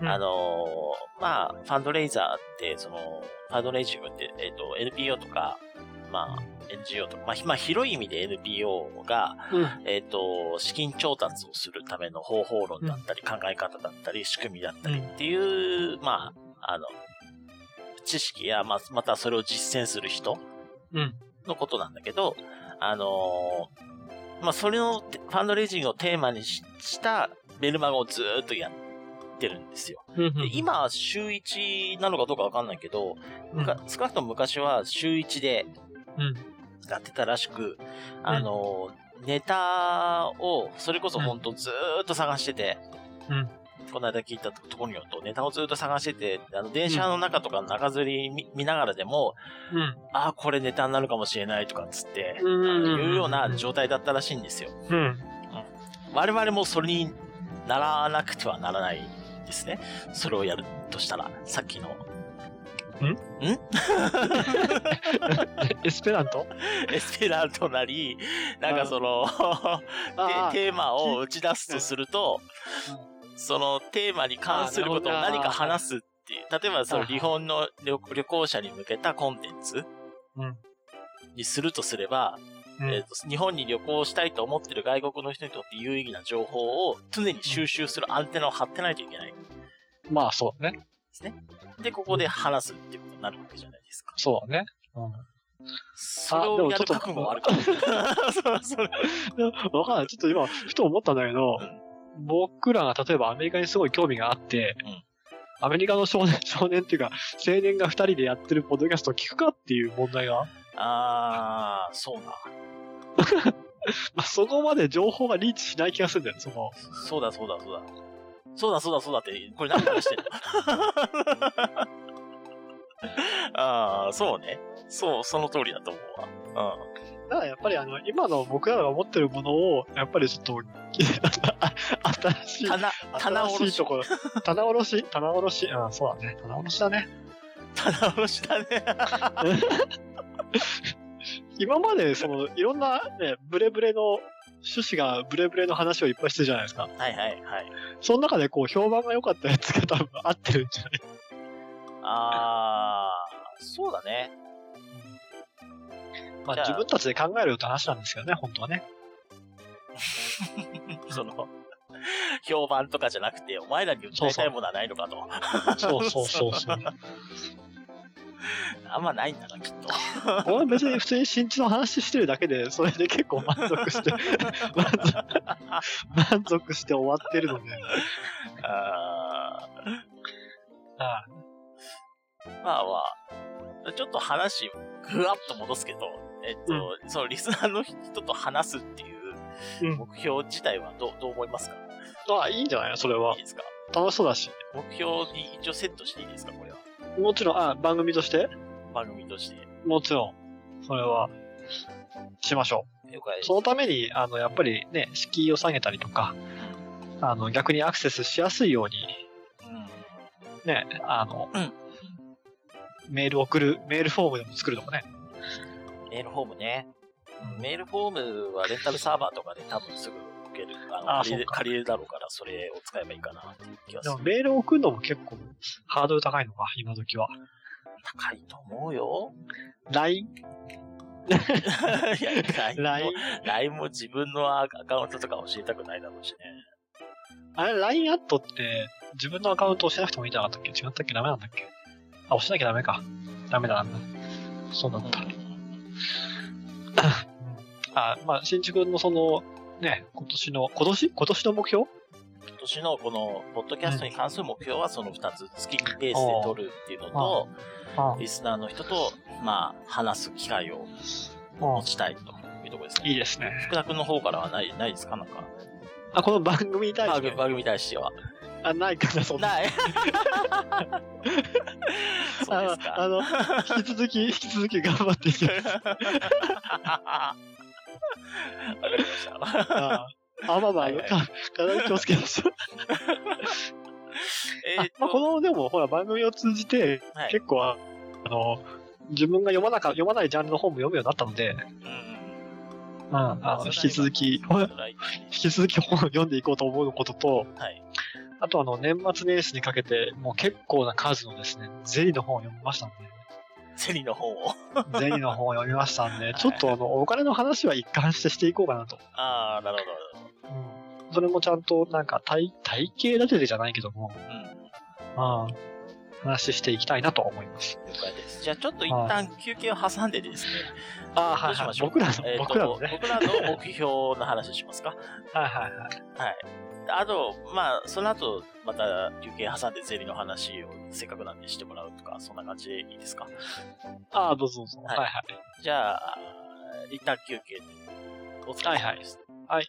Speaker 2: うん
Speaker 1: あ、のーまあ、ファンドレイザーって、その、ファンドレイジングって、えっ、と、NPO とか、まあ、NGO とか、まあ、ひまあ、広い意味で NPO が、
Speaker 2: うん。
Speaker 1: えっ、と、資金調達をするための方法論だったり、考え方だったり、仕組みだったりっていう、まあ、あの、知識や、まあ、またそれを実践する人
Speaker 2: うん。
Speaker 1: のことなんだけど、あのーまあ、それを、ファンドレイジングをテーマにししたメルマガをずーっとやってるんですよ。
Speaker 2: うん
Speaker 1: で、今、週1なのかどうかわかんないけど、
Speaker 2: うん、
Speaker 1: か少なくとも昔は週1で
Speaker 2: うん。
Speaker 1: やってたらしく、あの、ネタを、それこそ本当ずーっと探してて、
Speaker 2: うん
Speaker 1: この間聞いたところによると、ネタをずーっと探してて、あの、電車の中とかの中吊り見見ながらでも、
Speaker 2: うん。
Speaker 1: ああ、これネタになるかもしれないとかっつって、
Speaker 2: うんうんうんうん
Speaker 1: いうような状態だったらしいんですよ。
Speaker 2: うん。
Speaker 1: 我々もそれにならなくてはならないですね。それをやるとしたら、さっきの
Speaker 2: エスペラント
Speaker 1: エスペラントなり、なんかその、
Speaker 2: ああ
Speaker 1: でテーマを打ち出すとすると
Speaker 2: うん、
Speaker 1: そのテーマに関することを
Speaker 2: あーなるほど
Speaker 1: 何か
Speaker 2: な
Speaker 1: 話すっていう、例えばその
Speaker 2: はいは
Speaker 1: 日
Speaker 2: い
Speaker 1: 本の旅旅行者に向けたコンテンツ
Speaker 2: うん
Speaker 1: にするとすれば、
Speaker 2: うん
Speaker 1: えーと、日本に旅行したいと思ってる外国の人にとって有意義な情報を常に収集するアンテナを張ってないといけない。
Speaker 2: まあ、そうだね。
Speaker 1: で、ここで話すっていうことになるわけじゃないですか。
Speaker 2: そうだね。うん。
Speaker 1: それをやる覚悟はあるか も。そうそれ
Speaker 2: いやわかんない。ちょっと今、ふと思ったんだけど、僕らが例えばアメリカにすごい興味があって、
Speaker 1: うん
Speaker 2: アメリカの少年、 少年っていうか、青年が二人でやってるポッドキャストを聞くかっていう問題が、
Speaker 1: あー、そうだ。
Speaker 2: まあ、そこまで情報がリーチしない気がするんだよね、その。
Speaker 1: そうだそうだそうだ。そうだそうだそうだって、これ何話してんの ああ、そうね。そう、その通りだと思うわ。
Speaker 2: だからやっぱりあの、今の僕らが持ってるものを、やっぱりちょっと、 新
Speaker 1: う
Speaker 2: し
Speaker 1: ん。
Speaker 2: い、
Speaker 1: 棚、棚
Speaker 2: 新
Speaker 1: 卸
Speaker 2: しい
Speaker 1: し。
Speaker 2: ところ、棚卸し棚卸し、うん、そうだね。棚卸しだね。
Speaker 1: 棚卸しだね。
Speaker 2: 今まで、その、いろんなね、ブレブレの、趣旨がブレブレの話をいっぱいしてるじゃないですか。
Speaker 1: はいはいはい。
Speaker 2: その中でこう評判が良かったやつが多分合ってるんじゃない
Speaker 1: ああ、そうだね。
Speaker 2: まあ
Speaker 1: じゃあ
Speaker 2: 自分たちで考えるよって話なんですけどね、本当はね。
Speaker 1: その、評判とかじゃなくて、お前らに訴えたいものはないのかと。
Speaker 2: そうそうそうそう。
Speaker 1: あんまないんだな、きっと。
Speaker 2: 俺は別に普通に新地の話してるだけで、それで結構満足 して、満足満足して終わってるので。
Speaker 1: あー
Speaker 2: あ
Speaker 1: まあまあ、ちょっと話、ぐわっと戻すけど、えっと、そのリスナーの人と話すっていう
Speaker 2: うん
Speaker 1: 目標自体はどうどう思いますか
Speaker 2: あ、いいんじゃないそれ
Speaker 1: い。
Speaker 2: はい
Speaker 1: ですか
Speaker 2: 楽しそうだし。
Speaker 1: 目標に一応セットしていいですかこれ。
Speaker 2: もちろん、あ、番組として
Speaker 1: 番組として。
Speaker 2: もちろん、それは、しましょ
Speaker 1: 了解で
Speaker 2: う。
Speaker 1: す
Speaker 2: そのために、あの、やっぱりね、敷居を下げたりとか、あの、逆にアクセスしやすいように、ね、あの、
Speaker 1: うん
Speaker 2: メール送る、メールフォームでも作るとかね。
Speaker 1: うんメールフォームね。メールフォームはレンタルサーバーとかで多分すぐ受ける。あの
Speaker 2: あ
Speaker 1: 借りれ
Speaker 2: そうか
Speaker 1: 借りれるだろうから、それを使えばいいかなっていう気がす
Speaker 2: でも
Speaker 1: る。
Speaker 2: メール送るのも結構ハードル高いのか、今時は。
Speaker 1: 高いと思うよ。
Speaker 2: LINE?
Speaker 1: いや、LINE
Speaker 2: LINE?
Speaker 1: も、LINE も自分のアカウントとか教えたくないだろうしね。
Speaker 2: あれ、LINE アットって自分のアカウント押しなくてもいいんじゃなかったっけ違ったっけダメなんだっけあ、押しなきゃダメか。ダメだ、ダメだ。そうだった。 あ、まあ、新宿のその、ね、今年の、今年今年の目標
Speaker 1: 今年のこの、ポッドキャストに関する目標はその2つ。月にペースで撮るっていうのと、
Speaker 2: あ
Speaker 1: リスナーの人と、まあ、話す機会を持
Speaker 2: あ
Speaker 1: ちたいというところですね。
Speaker 2: いいですね。
Speaker 1: 福田君の方からはない、ないですかなんか。
Speaker 2: あ、この番組に対
Speaker 1: 番
Speaker 2: して
Speaker 1: 組。番組に対しては。
Speaker 2: あ、ないかな、そんな。
Speaker 1: ない。そうです
Speaker 2: ああ
Speaker 1: か。
Speaker 2: の、引き続 き、引き続き頑張っていきます。
Speaker 1: わかりました。
Speaker 2: ああ、まあま
Speaker 1: は
Speaker 2: あ、
Speaker 1: いはい
Speaker 2: か体に気をつけましょう。
Speaker 1: えーっ、
Speaker 2: まあ、ことの、でも、ほら、番組を通じて、
Speaker 1: はい。
Speaker 2: 結構、ああの、自分が読まなか、読まないジャンルの本も読むようになったので、
Speaker 1: うんうん
Speaker 2: うん、あの、引き続き、
Speaker 1: は
Speaker 2: 本
Speaker 1: い
Speaker 2: 引き続き本を読んでいこうと思うことと、
Speaker 1: はい。
Speaker 2: あとあの、年末年始にかけて、もう結構な数のですね、ゼリーの本を読みましたん
Speaker 1: セリの方を。
Speaker 2: で、 ゼリーの本を読みましたんで、
Speaker 1: い
Speaker 2: ちょっとあの、お金の話は一貫してしていこうかなと。
Speaker 1: ああ、なるほ
Speaker 2: うん。それもちゃんと、なんか、体、体系立ててじゃないけども、
Speaker 1: ど。うん。
Speaker 2: うん。話していきたいなと思います。
Speaker 1: 了解です。じゃあちょっと一旦休憩を挟んでですね。
Speaker 2: ああ、
Speaker 1: ど
Speaker 2: は
Speaker 1: う
Speaker 2: い、
Speaker 1: し
Speaker 2: は
Speaker 1: ま
Speaker 2: い。
Speaker 1: しょう
Speaker 2: 僕らの、
Speaker 1: えーっと
Speaker 2: 僕らのね。
Speaker 1: 僕らの目標の話しますか。
Speaker 2: はいはいはい。
Speaker 1: はい。あと、まあ、その後、また休憩挟んでゼリーの話をせっかくなんでしてもらうとか、そんな感じでいいですか。
Speaker 2: ああ、どうぞどうぞ。
Speaker 1: は
Speaker 2: はいいはい。
Speaker 1: じゃあ、一旦休憩で。お疲れ様です。
Speaker 2: はいはいはい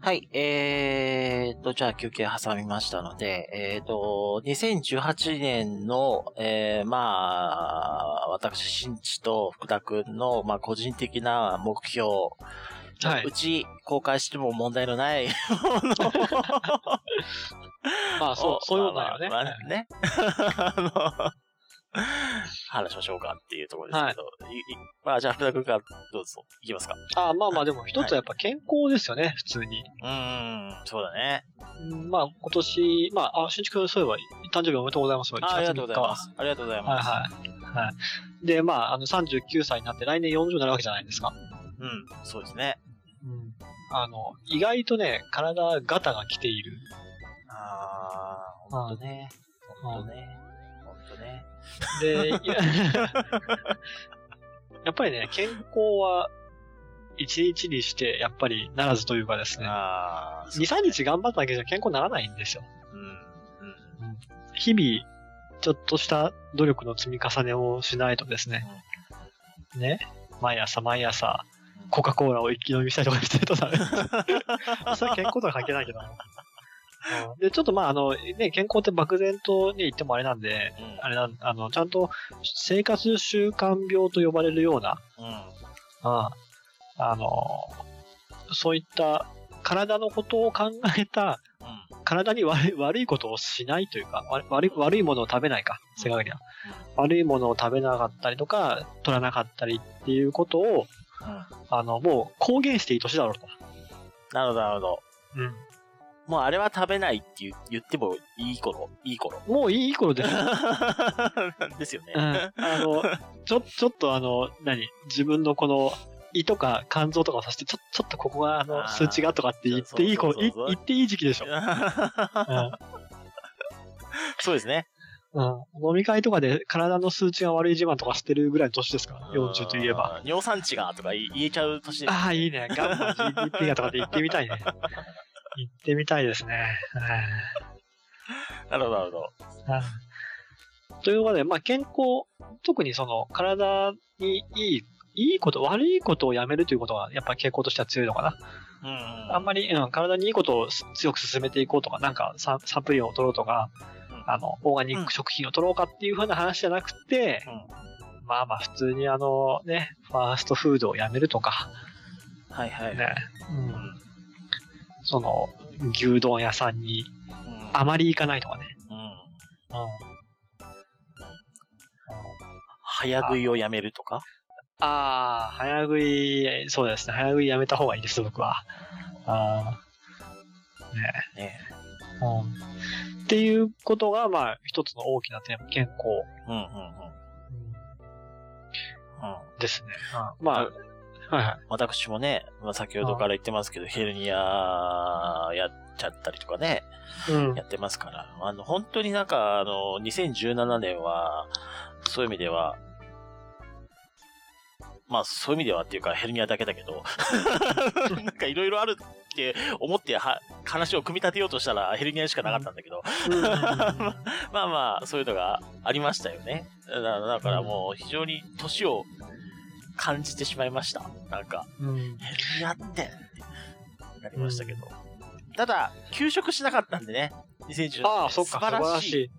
Speaker 1: はい、えーっと、じゃあ休憩挟みましたので、えーっと、2018年の、えー、まあ、私、新地と福田くんの、まあ、個人的な目標、。
Speaker 2: はいう
Speaker 1: ち、公開しても問題のないも のを
Speaker 2: まあ、そう
Speaker 1: を、
Speaker 2: そういうことだよね。
Speaker 1: まあまあねあの話しましょうかっていうところですけど、いいまあ、じゃあ福田くんからどうぞ、いきますか。
Speaker 2: ああ、まあまあ、でも一つはやっぱ健康ですよね、普通に。
Speaker 1: うーん、そうだね。
Speaker 2: うんまあ、今年、まあ、あ、新築そういえば、誕生日おめでとうございます。1
Speaker 1: あありがとう
Speaker 2: 月
Speaker 1: ござ
Speaker 2: 3
Speaker 1: い
Speaker 2: 日
Speaker 1: ま
Speaker 2: は。
Speaker 1: す。ありがとうござい
Speaker 2: はい
Speaker 1: ます。
Speaker 2: はい。はい。で、まあ、あの、39歳になって、来年40になるわけじゃないですか。
Speaker 1: うん、そうですね。
Speaker 2: うん。あの、意外とね、体、ガタが来ている。
Speaker 1: ああ、
Speaker 2: うん
Speaker 1: ほんとね。ほんとね。ほんとね。
Speaker 2: で、いややっぱりね、健康は、一日にして、やっぱり、ならずというかですね、
Speaker 1: ああ、
Speaker 2: 2、3日頑張っただけじゃ健康にならないんですよ。
Speaker 1: うん。うん。
Speaker 2: 日々、ちょっとした努力の積み重ねをしないとですね、ね、毎朝毎朝、コカ・コーラを一気飲みしたりとかしてるとダメ。それは健康とは関係ないけど。うんで、ちょっとまあ、あの、ね、健康って漠然とね、言ってもあれなんで、
Speaker 1: うん
Speaker 2: あれなん、あの、ちゃんと生活習慣病と呼ばれるような、
Speaker 1: う
Speaker 2: うんあの、そういった体のことを考えた、
Speaker 1: ん。うん。
Speaker 2: 体に悪い悪いことをしないというか、悪い悪い悪いものを食べないか、正確には。悪いものを食べなかったりとか、取らなかったりっていうことを、
Speaker 1: うん
Speaker 2: あの、もう公言していい年だろうと。
Speaker 1: なるほど、なるほど。
Speaker 2: うん。
Speaker 1: もうあれは食べないって言う言ってもいい頃、いい頃。
Speaker 2: もういい頃です。
Speaker 1: ですよね。
Speaker 2: うん。あの、ちょ、ちょっとあの、何自分のこの、胃とか肝臓とかをさして、ちょ、ちょっとここがあ
Speaker 1: あ
Speaker 2: の、
Speaker 1: ー
Speaker 2: 数値がとかって言っていい
Speaker 1: そう
Speaker 2: 頃、
Speaker 1: そう
Speaker 2: い
Speaker 1: そうそう
Speaker 2: 言っていい時期でしょ。う ん。
Speaker 1: そうですね。
Speaker 2: うん。飲み会とかで体の数値が悪い自慢とかしてるぐらいの年ですから、40といえば。。
Speaker 1: 尿酸値がとか言えちゃう年です
Speaker 2: ああ、いいね。ガンマ GDP がとかで行ってみたいね。 行ってみたいですね。
Speaker 1: なるほど、なるほど。
Speaker 2: うんということで、まあ、健康、特にその体にいい、いいこと、悪いことをやめるということが、やっぱり傾向としては強いのかな。
Speaker 1: うんうん。
Speaker 2: あんまり、うん、体にいいことをす強く進めていこうとか、なんかササプリを取ろうとか、
Speaker 1: うん
Speaker 2: あの、オーガニック食品を取ろうかっていう風な話じゃなくて、まあまあ普通にあのね、ファーストフードをやめるとか、
Speaker 1: うん。はいはい。
Speaker 2: ね、う、
Speaker 1: うんん。
Speaker 2: その牛丼屋さんに
Speaker 1: うん
Speaker 2: あまり行かないとかね。
Speaker 1: うん。
Speaker 2: うん。
Speaker 1: 早食いをやめるとか
Speaker 2: ああ、早食い、そうですね、早食いやめた方がいいです、僕は。ああ、ね
Speaker 1: ね。
Speaker 2: うん。っていうことが、まあ一つの大きなテーマ、健康。
Speaker 1: うんうんうん。
Speaker 2: うん
Speaker 1: うん。
Speaker 2: ですね。まあ、はいはい。
Speaker 1: 私もね、まあ、先ほどから言ってますけど、ヘルニアやっちゃったりとかね、
Speaker 2: うん
Speaker 1: や。ってますから、あの、本当になんか、あの、2017年は、そういう意味では、まあ、そういう意味ではっていうか、ヘルニアだけだけど、なんかいろいろあるって思っては、話を組み立てようとしたら、ヘルニアしかなかったんだけど、まあまあ、そういうのがありましたよね。だからだからもう、非常に年を感じてしまいました。なんか。
Speaker 2: うん。
Speaker 1: ヘルニアってなりましたけど、ただ休職しなかったんでね2010
Speaker 2: ああ、そっか、素晴らし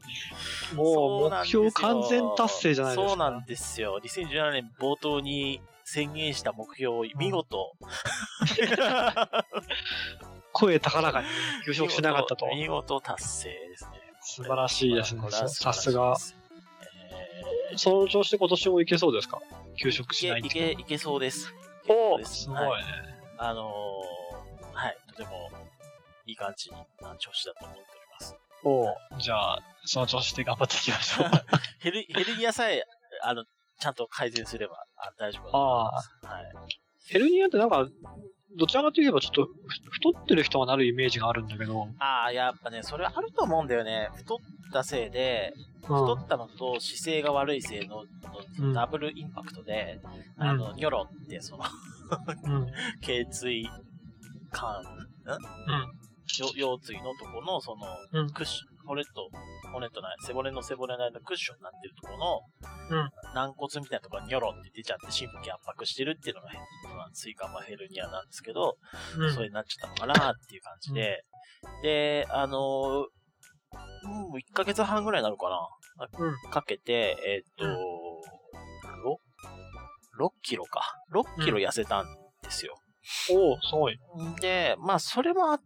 Speaker 2: い。も
Speaker 1: そううなん
Speaker 2: 目
Speaker 1: ですよ
Speaker 2: 標完全達成じゃないですか。
Speaker 1: そうなんですよ2017年冒頭に宣言した目標を見 事、
Speaker 2: 声高らかに優勝しなかったと。
Speaker 1: 見事見事達成ですね
Speaker 2: 素晴らしいですね
Speaker 1: これは。素晴
Speaker 2: さ
Speaker 1: らしい
Speaker 2: すが
Speaker 1: で。す
Speaker 2: その調子で今年もいけそうですか休職しな
Speaker 1: え
Speaker 2: い
Speaker 1: ーいけいけいけそうです
Speaker 2: お
Speaker 1: いけそう
Speaker 2: お
Speaker 1: です
Speaker 2: すごいね
Speaker 1: は。あのーはいとてもいい感じな調子だと思っております
Speaker 2: おおじゃあ、その調子で頑張っていきましょ う。
Speaker 1: ヘル、ヘルニアさえ、あの、ちゃんと改善すれば、あ大丈夫だと思います。はい。
Speaker 2: ヘルニアってなんか、どちらかといえばちょっとふ太ってる人がなるイメージがあるんだけど。
Speaker 1: ああ、やっぱね、それはあると思うんだよね。太ったせいで、
Speaker 2: うん
Speaker 1: 太ったのと姿勢が悪いせいの
Speaker 2: うん
Speaker 1: のダブルインパクトで、あの、ニョロって、その、
Speaker 2: うん。うん。
Speaker 1: 頸椎管、よ腰椎のとこの、その、
Speaker 2: うん
Speaker 1: クッション、骨と、骨とない、背骨の背骨の間のクッションになってるところの、
Speaker 2: うん
Speaker 1: 軟骨みたいなところにニョロって出ちゃって、神経圧迫してるっていうのが、まあ、椎間板ヘルニアなんですけど、
Speaker 2: うん
Speaker 1: それになっちゃったのかなっていう感じで、で、あのーもう1ヶ月半ぐらいになるかな、
Speaker 2: う
Speaker 1: かけて、えーっと、
Speaker 2: うん
Speaker 1: ろ 6, キロか。6キロ痩せたんですよ。
Speaker 2: おおすごい。
Speaker 1: で、まあ、それもあっ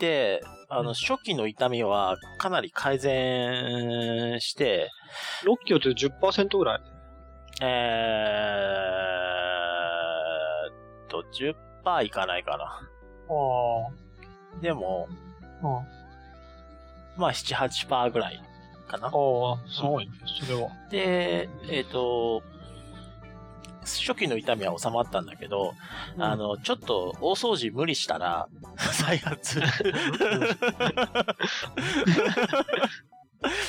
Speaker 1: て、あ
Speaker 2: う
Speaker 1: の、
Speaker 2: ん
Speaker 1: 初期の痛みはかなり改善して、
Speaker 2: 6キロって10%ぐらい。
Speaker 1: えーっと、10%いかないかな。
Speaker 2: あ
Speaker 1: でも、
Speaker 2: あ。うん。
Speaker 1: まあ、7、8%ぐらいかな。
Speaker 2: ああ、すごいね、それは。
Speaker 1: で、えっ、と、初期の痛みは収まったんだけど、あ、の、ちょっと大掃除無理したら、 再 発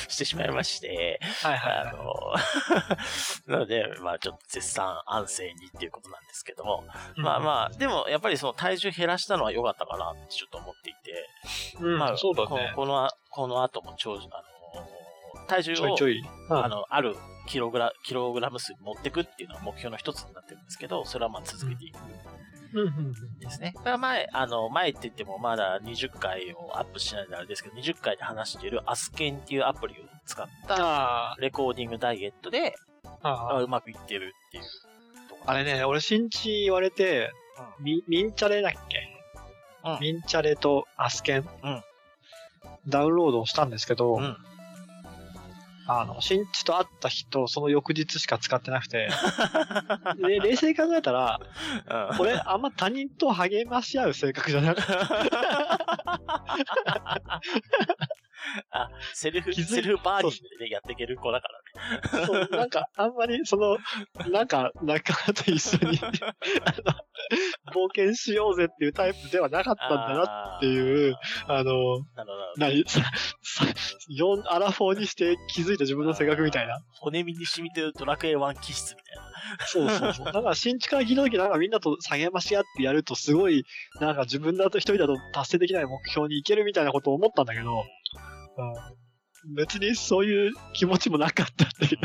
Speaker 1: してしまいまして、
Speaker 2: はいはい
Speaker 1: あ
Speaker 2: はい。
Speaker 1: の、 なので、まあちょっと絶賛安静にっていうことなんですけども、まあ
Speaker 2: あ、
Speaker 1: まあ、でもやっぱりその体重減らしたのは良かったかなってちょっと思っていて、
Speaker 2: うん、
Speaker 1: まあ、
Speaker 2: そうだ
Speaker 1: この
Speaker 2: ね。
Speaker 1: この、この後も長寿、あの、体重を
Speaker 2: ちょいちょい。うん
Speaker 1: あの、あるキログラ、キログラム数に持ってくっていうのは目標の一つになってるんですけど、それはまあ続けていくん
Speaker 2: うんうんうん
Speaker 1: ですね。だから前、あの、前って言ってもまだ20回をアップしないんであれですけど、20回で話しているアスケンっていうアプリを使った
Speaker 2: あ
Speaker 1: レコーディングダイエットで、あ
Speaker 2: あ、ああ。
Speaker 1: うまくいってるっていうとこ。
Speaker 2: あれね、俺、新地言われて、み、ミンチャレだっけ
Speaker 1: うん
Speaker 2: ミンチャレとアスケン。
Speaker 1: うん
Speaker 2: ダウンロードしたんですけど、
Speaker 1: うん。
Speaker 2: あの、新地と会った日とその翌日しか使ってな くて、で、冷静に考えたら、
Speaker 1: うん。
Speaker 2: 俺、あんま他人と励まし合う性格じゃなくて、
Speaker 1: あ、セルフ、
Speaker 2: 気づい
Speaker 1: セルフバーニングでね、やっていける子だか
Speaker 2: そうなんか、あんまり、その、なんか、仲間と一緒に、あの冒険しようぜっていうタイプではなかったんだなっていう、
Speaker 1: あー。
Speaker 2: あの、
Speaker 1: なるほどなるほど
Speaker 2: 何さ、さ、4、アラフォーにして気づいた自分の性格みたいな。
Speaker 1: 骨身に染みてるドラクエ1気質みたいな。
Speaker 2: そうそう そう。なんか新地から聞いた時なんかみんなと下げまし合ってやるとすごい、なんか自分だと一人だと達成できない目標に行けるみたいなことを思ったんだけど、うん、別にそういう気持ちもなかったっていう。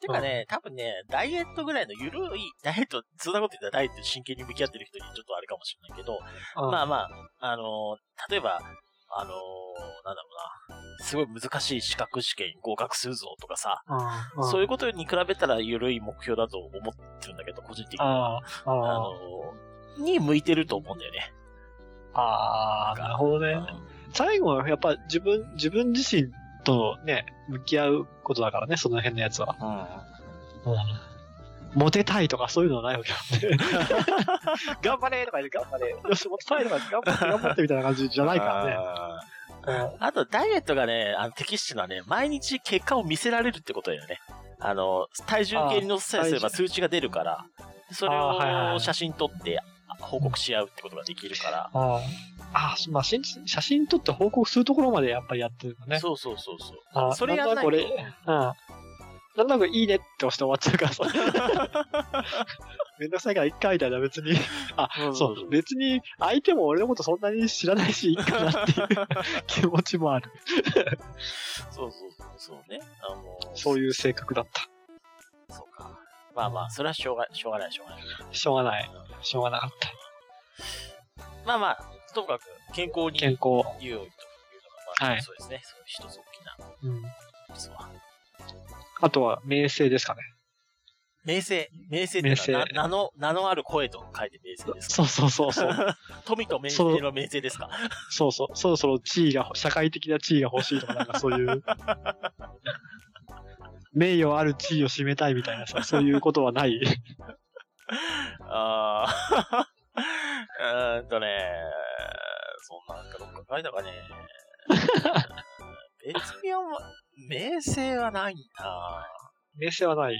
Speaker 1: てかね、多分ね、ダイエットぐらいの緩い、ダイエット、そんなこと言ったらダイエットに真剣に向き合ってる人にちょっとあれかもしれないけど、まあまあ、あのー例えば、あのーなんだろうな、すごい難しい資格試験合格するぞとかさ、
Speaker 2: あ、
Speaker 1: そういううことに比べたら緩い目標だと思ってるんだけど、個人的には。
Speaker 2: ああ、
Speaker 1: あ
Speaker 2: あ
Speaker 1: のーに向いてると思うんだよね。
Speaker 2: あ、ああ、なるほどね。最後はやっぱ自分、自分自身とね、向き合うことだからね、その辺のやつは。モテたいとかそういうのはないわけなんで。 頑張れとか言って頑張れ。よし、モテたいとか言って頑張って頑張ってみたいな感じじゃないからね。うん
Speaker 1: あと、ダイエットがね、あの、適してのはね、毎日結果を見せられるってことだよね。あの、体重計に乗せたりすれば
Speaker 2: あー
Speaker 1: 数値が出るから、それ
Speaker 2: あーはいはいは
Speaker 1: を
Speaker 2: い
Speaker 1: 写真撮ってあ報告し合うってことができるか
Speaker 2: ああ、しまあ、しん写真撮って報告するところまでやっぱりやってるの
Speaker 1: ら、
Speaker 2: ね。
Speaker 1: そうそうそうそう。
Speaker 2: あ
Speaker 1: それやんない
Speaker 2: んと
Speaker 1: と。
Speaker 2: なく俺、うん。なんとなくいいねって押して終わっちゃうからさ。 めんどくさいから一回みたいな別
Speaker 1: う
Speaker 2: に。
Speaker 1: ん
Speaker 2: そう、別に相手も俺のことそんなに知らないし、いいかなっていう気持ちもある。
Speaker 1: そうそうそうそうね。あの
Speaker 2: そう
Speaker 1: う。
Speaker 2: いう性格だった。
Speaker 1: そうか。まあまあ、それはしょうが、しょうがない、しょうがない。
Speaker 2: しょうがない。しょうがなかった。
Speaker 1: まあまあ、ともかく、健康に
Speaker 2: 健
Speaker 1: 言
Speaker 2: 康。
Speaker 1: うというのが、まあ、
Speaker 2: はい
Speaker 1: そうですね。そう一つ大きな
Speaker 2: うん。
Speaker 1: 実は。
Speaker 2: あとは、名声ですかね。
Speaker 1: 名声、名声っていうのは
Speaker 2: 名声
Speaker 1: な名の、名のある声と書いて名声ですか
Speaker 2: そうそうそう そう。
Speaker 1: 富と名声の名声ですか
Speaker 2: そうそう。そろそろ地位が、社会的な地位が欲しいとか、なんかそう いう。名誉ある地位を占めたいみたいなさ、そういうことはない。
Speaker 1: あ あ、うーんとね、そんなんかどっか書いた かね。別にあんま、名声はないな。
Speaker 2: 名声はない。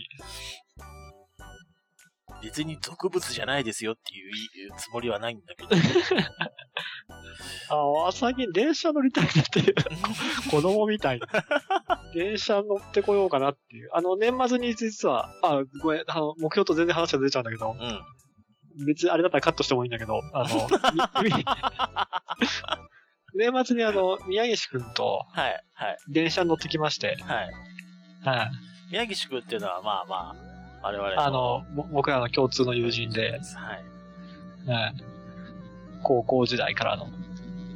Speaker 1: 別に俗物じゃないですよっていう言うつもりはないんだけど。
Speaker 2: ああ、最近電車乗りたいなっていう。 子供みたいな。電車乗ってこようかなっていう。あの、年末に実は、あ、ごめん、あの、目標と全然話がずれちゃうんだけど、
Speaker 1: うん。
Speaker 2: 別にあれだったらカットしてもいいんだけど、あ の、みみ年末にあの、宮岸くんと
Speaker 1: はい、はい、
Speaker 2: 電車に乗ってきまして、
Speaker 1: はい。
Speaker 2: はい。
Speaker 1: 宮岸君っていうのは、まあまあ、我々
Speaker 2: あ、の、ぼ僕らの共通の友人
Speaker 1: は
Speaker 2: で
Speaker 1: い、。はい。
Speaker 2: はい高校時代からの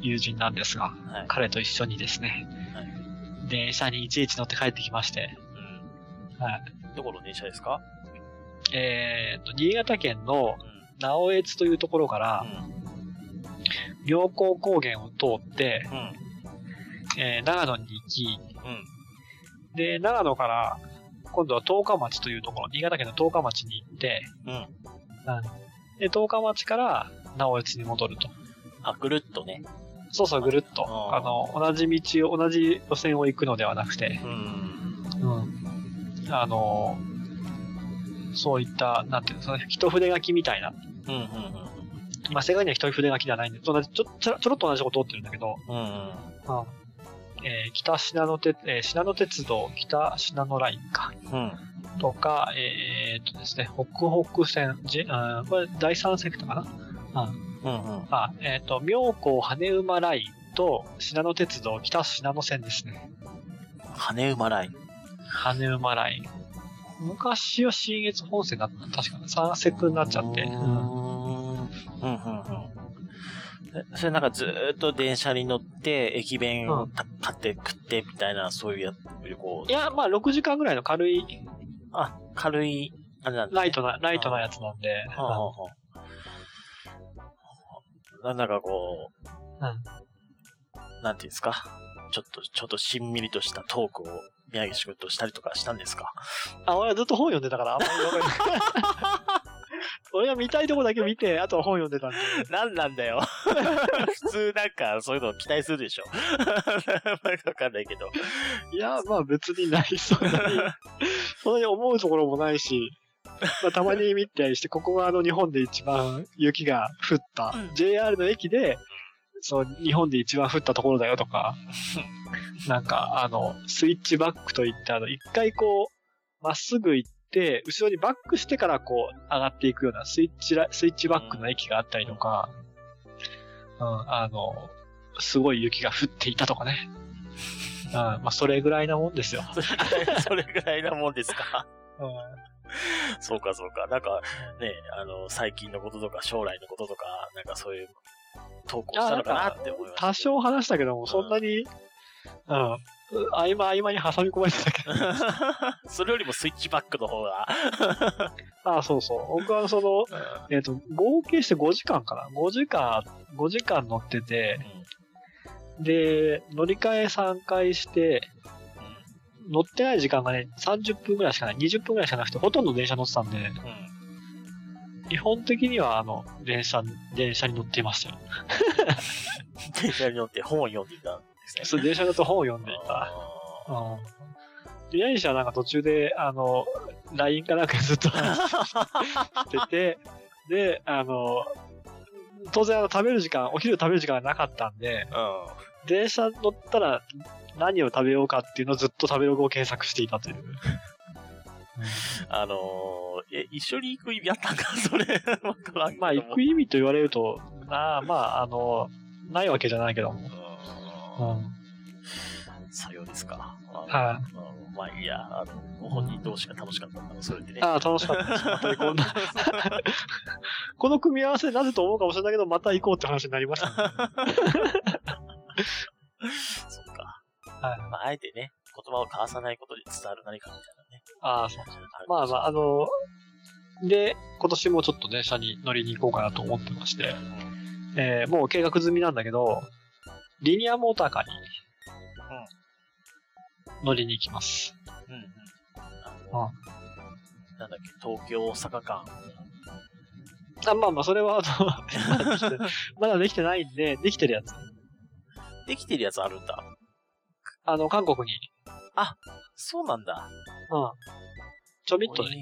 Speaker 2: 友人なんですが、彼と一緒にですね、
Speaker 1: はい
Speaker 2: 電車にいちいち乗って帰ってきまして、
Speaker 1: うん。
Speaker 2: はい
Speaker 1: どこの電車ですか
Speaker 2: えーっと、新潟県の
Speaker 1: うん。
Speaker 2: 直江津というところから、妙高高原を通って、
Speaker 1: うん。
Speaker 2: えー長野に行き、
Speaker 1: うん。
Speaker 2: で、長野から、今度は十日町というところ、新潟県の十日町に行って、
Speaker 1: うん。うん。
Speaker 2: で、十日町から直江津に戻ると。
Speaker 1: あ、ぐるっとね。
Speaker 2: そうそう、ぐるっと。
Speaker 1: あ
Speaker 2: あの、同じ道を、同じ路線を行くのではなくて、
Speaker 1: うん。
Speaker 2: うん。あの、そういった、なんていうの、その一筆書きみたいな。
Speaker 1: うん。うん。
Speaker 2: まあ、世界には一筆書きではないんで、同じちょちょろちょろっと同じとこと通ってるんだけど、
Speaker 1: うん。うん。
Speaker 2: えー北信濃鉄、えー信濃鉄道、北信濃ラインか。
Speaker 1: うん。
Speaker 2: とか、えーっとですね、北北線、じあーこれ第3セクターかな
Speaker 1: うん。うん。
Speaker 2: あ、えーっと、妙高羽馬ラインと信濃鉄道、北信濃線ですね。
Speaker 1: 羽馬ライン。
Speaker 2: 羽馬ライン。昔は新越本線だった。確かに三セクになっちゃって。
Speaker 1: うーん。う
Speaker 2: う
Speaker 1: ん。う
Speaker 2: ん
Speaker 1: ん。うん。それなんかずーっと電車に乗って、駅弁をた買って食ってみたいな、そういうや旅行
Speaker 2: い。や、まあ、6時間ぐらいの軽い
Speaker 1: あ、軽い、あれなんだ、ね。
Speaker 2: ライトな、ライトなやつなんで。
Speaker 1: はあはあはあ。なんだかこう、なんていうんですか、ちょっと、ちょっとしんみりとしたトークを宮岸君としたりとかしたんですか
Speaker 2: あ、俺はずっと本読んでたから、あんまりわかんない。俺が見たいとこだけ見て、あとは本読んでたんで。
Speaker 1: なんなんだよ。 普通なんかそういうのを期待するでしょ。 なんかわかんないけど。
Speaker 2: いや、まあ別にない、そんなに。そんなに思うところもないし、まあ、たまに見たりして、ここがあの日本で一番雪が降った、JR の駅で、その日本で一番降ったところだよと か、なんかあの、スイッチバックといって、あの、一回こう、まっすぐ行って、後ろにバックしてからこう、上がっていくようなスイッチラ、スイッチバックの駅があったりとか、うん、あの、すごい雪が降っていたとか ね。うん、まあ、それぐらいなもん ですよ。
Speaker 1: それぐらいそれぐらいなもんですか
Speaker 2: う ん、
Speaker 1: そうかそうか。なんかね、あの、最近のこととか将来のこととか、なんかそういう投稿したのかなって思いましたけど。
Speaker 2: 多少話したけども、そんなに、うん、合間合間に挟み込まれてたけど。
Speaker 1: それよりもスイッチバックの方が。
Speaker 2: ああ、そうそう。僕はその、えっ、と、合計して5時間かな。5時間、5時間乗ってて、で、乗り換え3回して、乗ってない時間がね、30分ぐらいしかない、20分ぐらいしかなくて、ほとんど電車乗ってたんで、
Speaker 1: うんうん
Speaker 2: 基本的には、あの、電車、電車に乗っていましたよ。
Speaker 1: 電車に乗って本を読んでいたんですね。
Speaker 2: そう、電車だと本を読んでいた。
Speaker 1: あ
Speaker 2: うん。で、ヤニシはなんか途中で、あの、LINE かなんかずっと話してて、で、あの、当然あの食べる時間、お昼食べる時間がなかったんで、
Speaker 1: ー
Speaker 2: 電車乗ったら何を食べようかっていうのをずっと食べログを検索していたという。
Speaker 1: うん。あのー、え、一緒に行く意味あったんかそれ。わからんけど
Speaker 2: まあ、行く意味と言われると、なあ、まあ、あの、ないわけじゃないけども。
Speaker 1: う
Speaker 2: うん。
Speaker 1: ん。さようですか。
Speaker 2: は
Speaker 1: うんまあいいや、あの、ご本人同士が楽しかったんだろう、それでね。
Speaker 2: ああ、楽しかったです。またこんな、この組み合わせなぜと思うかもしれないけど、また行こうって話になりましたね、
Speaker 1: そっか。
Speaker 2: はい。
Speaker 1: まあ、あえてね、言葉を交わさないことで伝わる何かみたいなね。
Speaker 2: ああ、まあま
Speaker 1: あ
Speaker 2: あ、あの、で、今年もちょっと電車に乗りに行こうかなと思ってまして、
Speaker 1: るかもしれない。
Speaker 2: えーもう計画済みなんだけど、リニアモーターカーに乗りに行きます。
Speaker 1: うん。うんうん。あのなんだっけ、東京、大阪間。
Speaker 2: あまあまあ、それは、あの まだできてないんで、できてるやつ。
Speaker 1: できてるやつあるんだ。
Speaker 2: あの、韓国に、
Speaker 1: そうなんだ。
Speaker 2: うん。ちょびっとね。
Speaker 1: ね。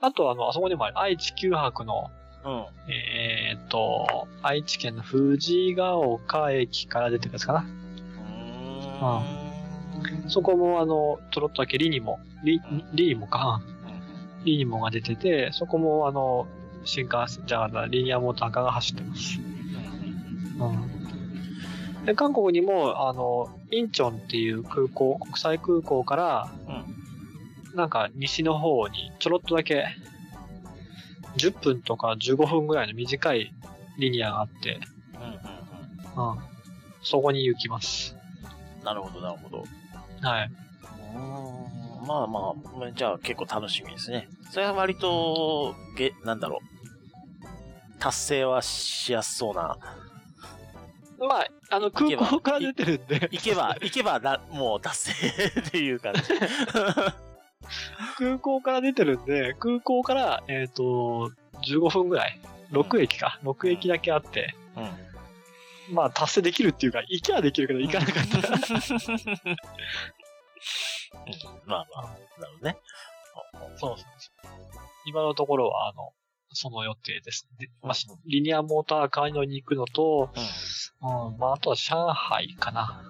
Speaker 2: あと、あの、あそこにもある、愛知九博の、
Speaker 1: うん。
Speaker 2: えーっと、愛知県の藤ヶ丘駅から出てるやつかな。そこも、あの、ちょろっとだけリニモ、リ、リニモか。うんリニモが出てて、そこも、あの、新幹線、じゃあ、リニアモーターカーが走ってます。うん。で、韓国にも、あの、インチョンっていう空港、国際空港から、
Speaker 1: うん
Speaker 2: なんか西の方にちょろっとだけ、10分とか15分ぐらいの短いリニアがあって、
Speaker 1: うん
Speaker 2: うん。そこに行きます。
Speaker 1: うん。なるほど、なるほど。
Speaker 2: はい。
Speaker 1: うんまあまあ、じゃあ結構楽しみですね。それは割と、げ、なんだろう。達成はしやすそうな。
Speaker 2: まあ、あの、空港から出てるんで、
Speaker 1: 行け ば、行けばな、もう達成っていう感じ。
Speaker 2: 空港から出てるんで、空港から、えっ、と、15分ぐらい。6駅か。6駅だけあって、
Speaker 1: うん。
Speaker 2: まあ、達成できるっていうか、行きゃできるけど、行かなか った ら。
Speaker 1: まあまあ、なるほどね。
Speaker 2: そうそうそう今のところは、あの、その予定です。でまあ、し
Speaker 1: うん
Speaker 2: リニアモーターカーに乗りに行くのと、
Speaker 1: うん
Speaker 2: うん、まあ、あとは上海かな。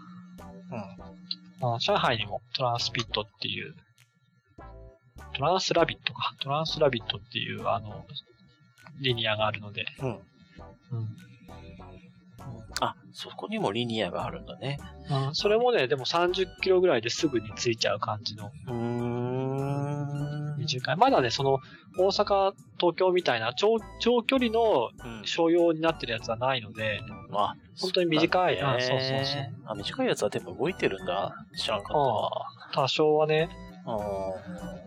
Speaker 2: うん、上海にもトランスピットっていう、トランスラビットか。トランスラビットっていう、あの、リニアがあるので、
Speaker 1: うん。
Speaker 2: うん。
Speaker 1: あ、そこにもリニアがあるんだね。
Speaker 2: うん、それもね、でも30キロぐらいですぐに着いちゃう感じの
Speaker 1: うーん。
Speaker 2: 短い。まだね、その、大阪、東京みたいな長長距離の
Speaker 1: うん
Speaker 2: 商用になってるやつはないので、
Speaker 1: あ、
Speaker 2: 本当に短い
Speaker 1: そうなんだね
Speaker 2: あそうそうそう
Speaker 1: あ、短いやつはでも動いてるんだ。知らんかったわ。
Speaker 2: 多少はね、
Speaker 1: うん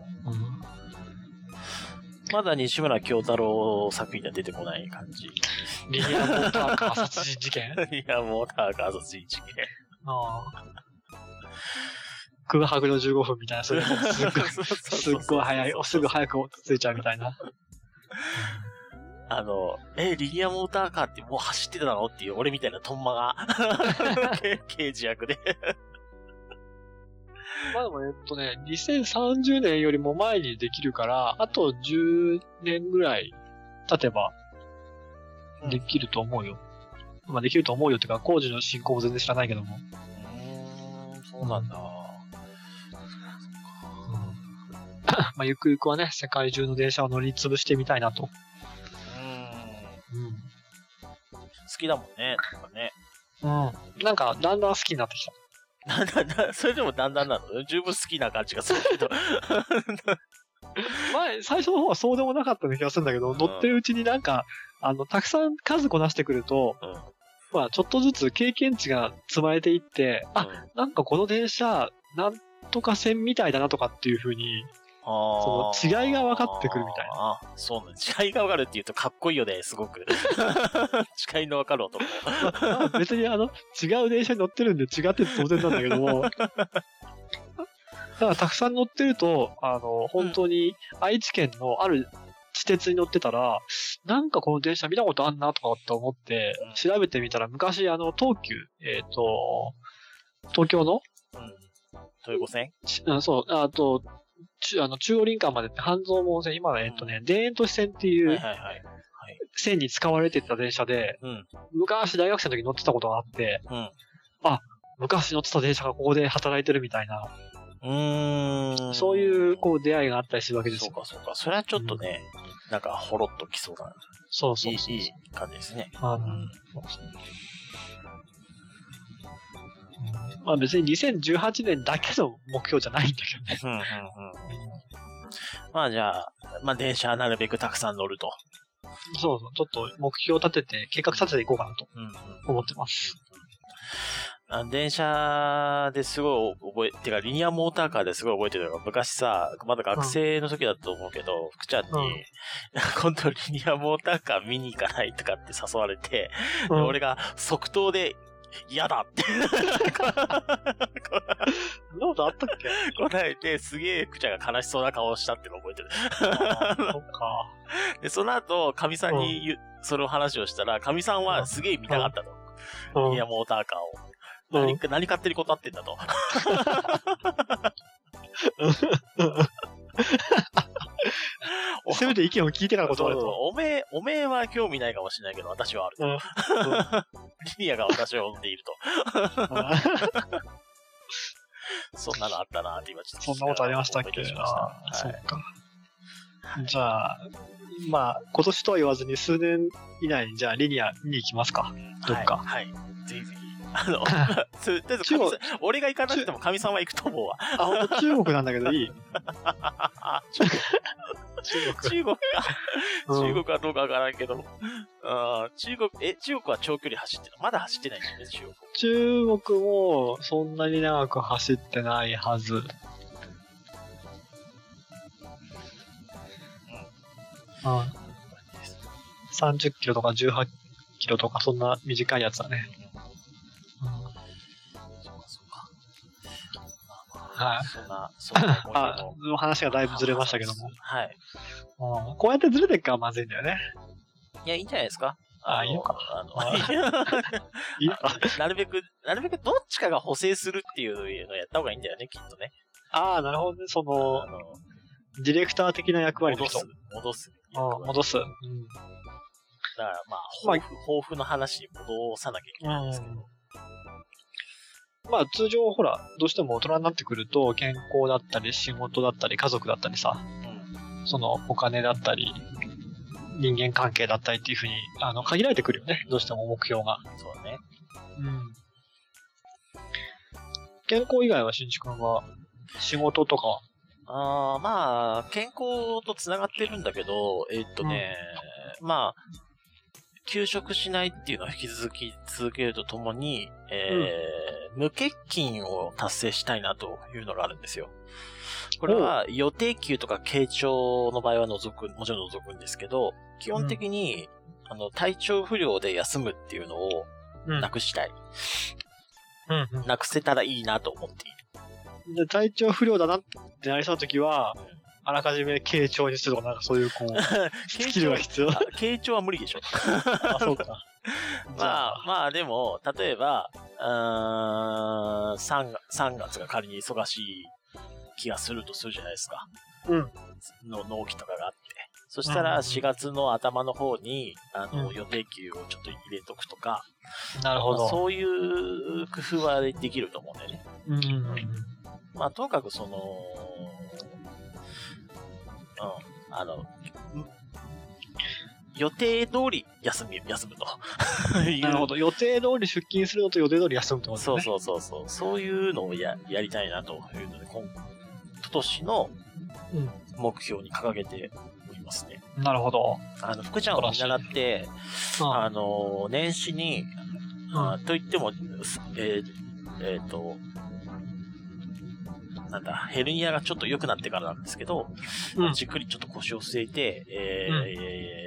Speaker 1: まだ西村京太郎作品には出てこない感じ。
Speaker 2: リニアモーターカー殺人事件
Speaker 1: いや、もうターカー殺人事件。、
Speaker 2: あー空白の15分みたいな、それもすっごい
Speaker 1: そうそうそう
Speaker 2: すっごい早い、すぐ早く着いちゃうみたいな。
Speaker 1: あの、え、リニアモーターカーってもう走ってたのっていう、 俺みたいなトンマが、刑事役で。
Speaker 2: まあでもえっとね、2030年よりも前にできるから、あと10年ぐらい経てば、
Speaker 1: うん
Speaker 2: できると思うよ。まあできると思うよっていうか、工事の進行も全然知らないけども。
Speaker 1: うーん、そうなんだ。
Speaker 2: まあゆくゆくはね、世界中の電車を乗り潰してみたいなと。
Speaker 1: うん。
Speaker 2: うん。
Speaker 1: 好きだもんね。なんかね。
Speaker 2: うん。なんか、だんだん好きになってきた。
Speaker 1: なんだ な、それでもだんだんなの十分好きな感じがする けど。
Speaker 2: 前、最初の方はそうでもなかったような気がするんだけど、
Speaker 1: ん
Speaker 2: 乗ってるうちになんか、あの、たくさん数こなしてくると、
Speaker 1: うん。
Speaker 2: まあ、ちょっとずつ経験値が積まれていって、あ、
Speaker 1: うん
Speaker 2: なんかこの電車、なんとか線みたいだなとかっていう 風に、
Speaker 1: あー
Speaker 2: その違いが分かってくるみたいな
Speaker 1: あーそうなの違いが分かるって言うとかっこいいよね、す ごく。違いの分かる男。
Speaker 2: まあ別にあの、違う電車に乗ってるんで違って当然なんだけど も、だからたくさん乗ってると、あの、本当に愛知県のある地鉄に乗ってたら、なんかこの電車見たことあんなとかって思って
Speaker 1: うん、
Speaker 2: 調べてみたら昔あの、東急、えっ、と、東京の
Speaker 1: うん。豊子線
Speaker 2: ちあそう、あと、ちあの中央林間までって半蔵門線、今はえっとね、田園都市線ってい
Speaker 1: はいうはいはい。
Speaker 2: 線に使われてた電車で、
Speaker 1: うん。
Speaker 2: 昔大学生の時に乗ってたことがあって、
Speaker 1: うん。
Speaker 2: 昔乗ってた電車がここで働いてるみたいな、
Speaker 1: うーん。
Speaker 2: そういうこ
Speaker 1: う
Speaker 2: う出会いがあったりするわけです
Speaker 1: そう
Speaker 2: よ。
Speaker 1: かそうか。それはちょっとね、なんかほろっときそうな、
Speaker 2: そう
Speaker 1: い
Speaker 2: そう
Speaker 1: い
Speaker 2: そう。
Speaker 1: いい感じですね。
Speaker 2: あ
Speaker 1: う
Speaker 2: の
Speaker 1: ん。
Speaker 2: まあ別に2018年だけの目標じゃないんだけ
Speaker 1: うんうんうん。まあじゃあ、まあ電車はなるべくたくさん乗ると。
Speaker 2: どね。そうそう。ちょっと目標を立てて、計画立てていこうかなと
Speaker 1: うんうん。
Speaker 2: 思ってます。
Speaker 1: あ電車ですごい覚え、てかリニアモーターカーですごい覚えてるのが、昔さ、まだ学生の時だと思うけど、福ちゃんに、
Speaker 2: うん
Speaker 1: 今度リニアモーターカー見に行かないとかって誘われて、で
Speaker 2: うん
Speaker 1: 俺が即答で、嫌だって。
Speaker 2: そんなことあったっ け
Speaker 1: 答えて、すげえ福ちゃんが悲しそうな顔をしたってのを覚えてる。
Speaker 2: あーそっか。
Speaker 1: で、その後、かみさんに言う、その話をしたら、かみさんはすげえ見たかったの。
Speaker 2: うん
Speaker 1: リニアモーターカーを。
Speaker 2: うん
Speaker 1: 何か何勝手に断ってんだと。 お
Speaker 2: せめて意見を聞いてから断れ
Speaker 1: そうそう
Speaker 2: と。
Speaker 1: おめえ、おめえは興味ないかもしれないけど、私はある。
Speaker 2: うん
Speaker 1: リニアが私を呼んでいる
Speaker 2: あー
Speaker 1: と。そんなのあったなって今ちょっと
Speaker 2: そんなことありましたっけ
Speaker 1: 思い出しました
Speaker 2: あーそ
Speaker 1: はい
Speaker 2: っか。じゃあ、まあ、今年とは言わずに数年以内に、じゃあリニア見に行きますか。どっか
Speaker 1: はい。はいぜひぜひ。あの、とりあえず神さん俺が行かなくてもかみさんは行くと思うわ。
Speaker 2: あ、本当中国なんだけど いい中国。
Speaker 1: 中国か。
Speaker 2: うん
Speaker 1: 中国はどうかわからんけど。あー中国、え、中国は長距離走ってるのまだ走ってないんだよね、中国。
Speaker 2: 中国もそんなに長く走ってないはず。うん、30キロとか18キロとかそんな短いやつだね。うん
Speaker 1: そうかそうか。
Speaker 2: はい。
Speaker 1: そんな、そんな思い出
Speaker 2: あ
Speaker 1: の、
Speaker 2: 話がだいぶずれましたけども。
Speaker 1: はい。
Speaker 2: うん、こうやってずれていくからまずいんだよね。
Speaker 1: いや、いいんじゃないですか。
Speaker 2: あ
Speaker 1: の
Speaker 2: いいのか。
Speaker 1: あの
Speaker 2: あいいあ
Speaker 1: なるべく、なるべくどっちかが補正するっていうのをやった方がいいんだよね、きっとね。
Speaker 2: あー、なるほどね。その
Speaker 1: あ、の
Speaker 2: ディレクター的な役割の
Speaker 1: 戻す
Speaker 2: 人。。
Speaker 1: 戻す。
Speaker 2: うん戻す。うん。
Speaker 1: だから、まあ、
Speaker 2: まあ
Speaker 1: 抱負、抱負の話に戻さなきゃいけないんですけど。
Speaker 2: まあ通常ほら、どうしても大人になってくると健康だったり仕事だったり家族だったりさ、
Speaker 1: うん
Speaker 2: そのお金だったり人間関係だったりっていうふうにあの限られてくるよね。どうしても目標が。
Speaker 1: そうね。
Speaker 2: うん。健康以外は新宿君は仕事とかは。
Speaker 1: あーまあ、健康とつながってるんだけど、えーっとね、まあ、休職しないっていうのは引き続き続けるとともに、えー無欠勤を達成したいなというのがあるんですよ。これは予定休とか慶長の場合は除く、もちろん除くんですけど、基本的に、あの、体調不良で休むっていうのを
Speaker 2: うん
Speaker 1: なくしたい。
Speaker 2: うん
Speaker 1: なくせたらいいなと思っ ている。
Speaker 2: うん。で、体調不良だなってなりそうな時は、あらかじめ軽調にするとか、なんかそういう こう、スキルが 必要。
Speaker 1: あ慶長は無理でしょ。
Speaker 2: あ、そうか。じゃ
Speaker 1: まあまあでも、例えば、うーん、3, 3月が仮に忙しい気がするとするじゃないですか。
Speaker 2: うん。
Speaker 1: の納期とかがあって。そしたら
Speaker 2: うん
Speaker 1: 4月の頭の方に、あの、
Speaker 2: うん
Speaker 1: 予定給をちょっと入れとくとか、
Speaker 2: なるほ
Speaker 1: まあ
Speaker 2: ど。
Speaker 1: そういう工夫はできると思うんだよね。
Speaker 2: うん。
Speaker 1: まあ、ともかくその、うん、あの、ん予定通り休み、休むと。いう
Speaker 2: なるほど。予定通り出勤するのと予定通り休むってことです
Speaker 1: そう
Speaker 2: ね。
Speaker 1: そうそうそう。そういうのをややりたいなというので、今今年の
Speaker 2: う
Speaker 1: 目標に掲げておりますね。
Speaker 2: ん。なるほど。
Speaker 1: あの、福ちゃんを見習って、あの、年始に、あといっても、すえーえーと、なんだ、ヘルニアがちょっと良くなってからなんですけど、
Speaker 2: うん
Speaker 1: じっくりちょっと腰を据えて、えー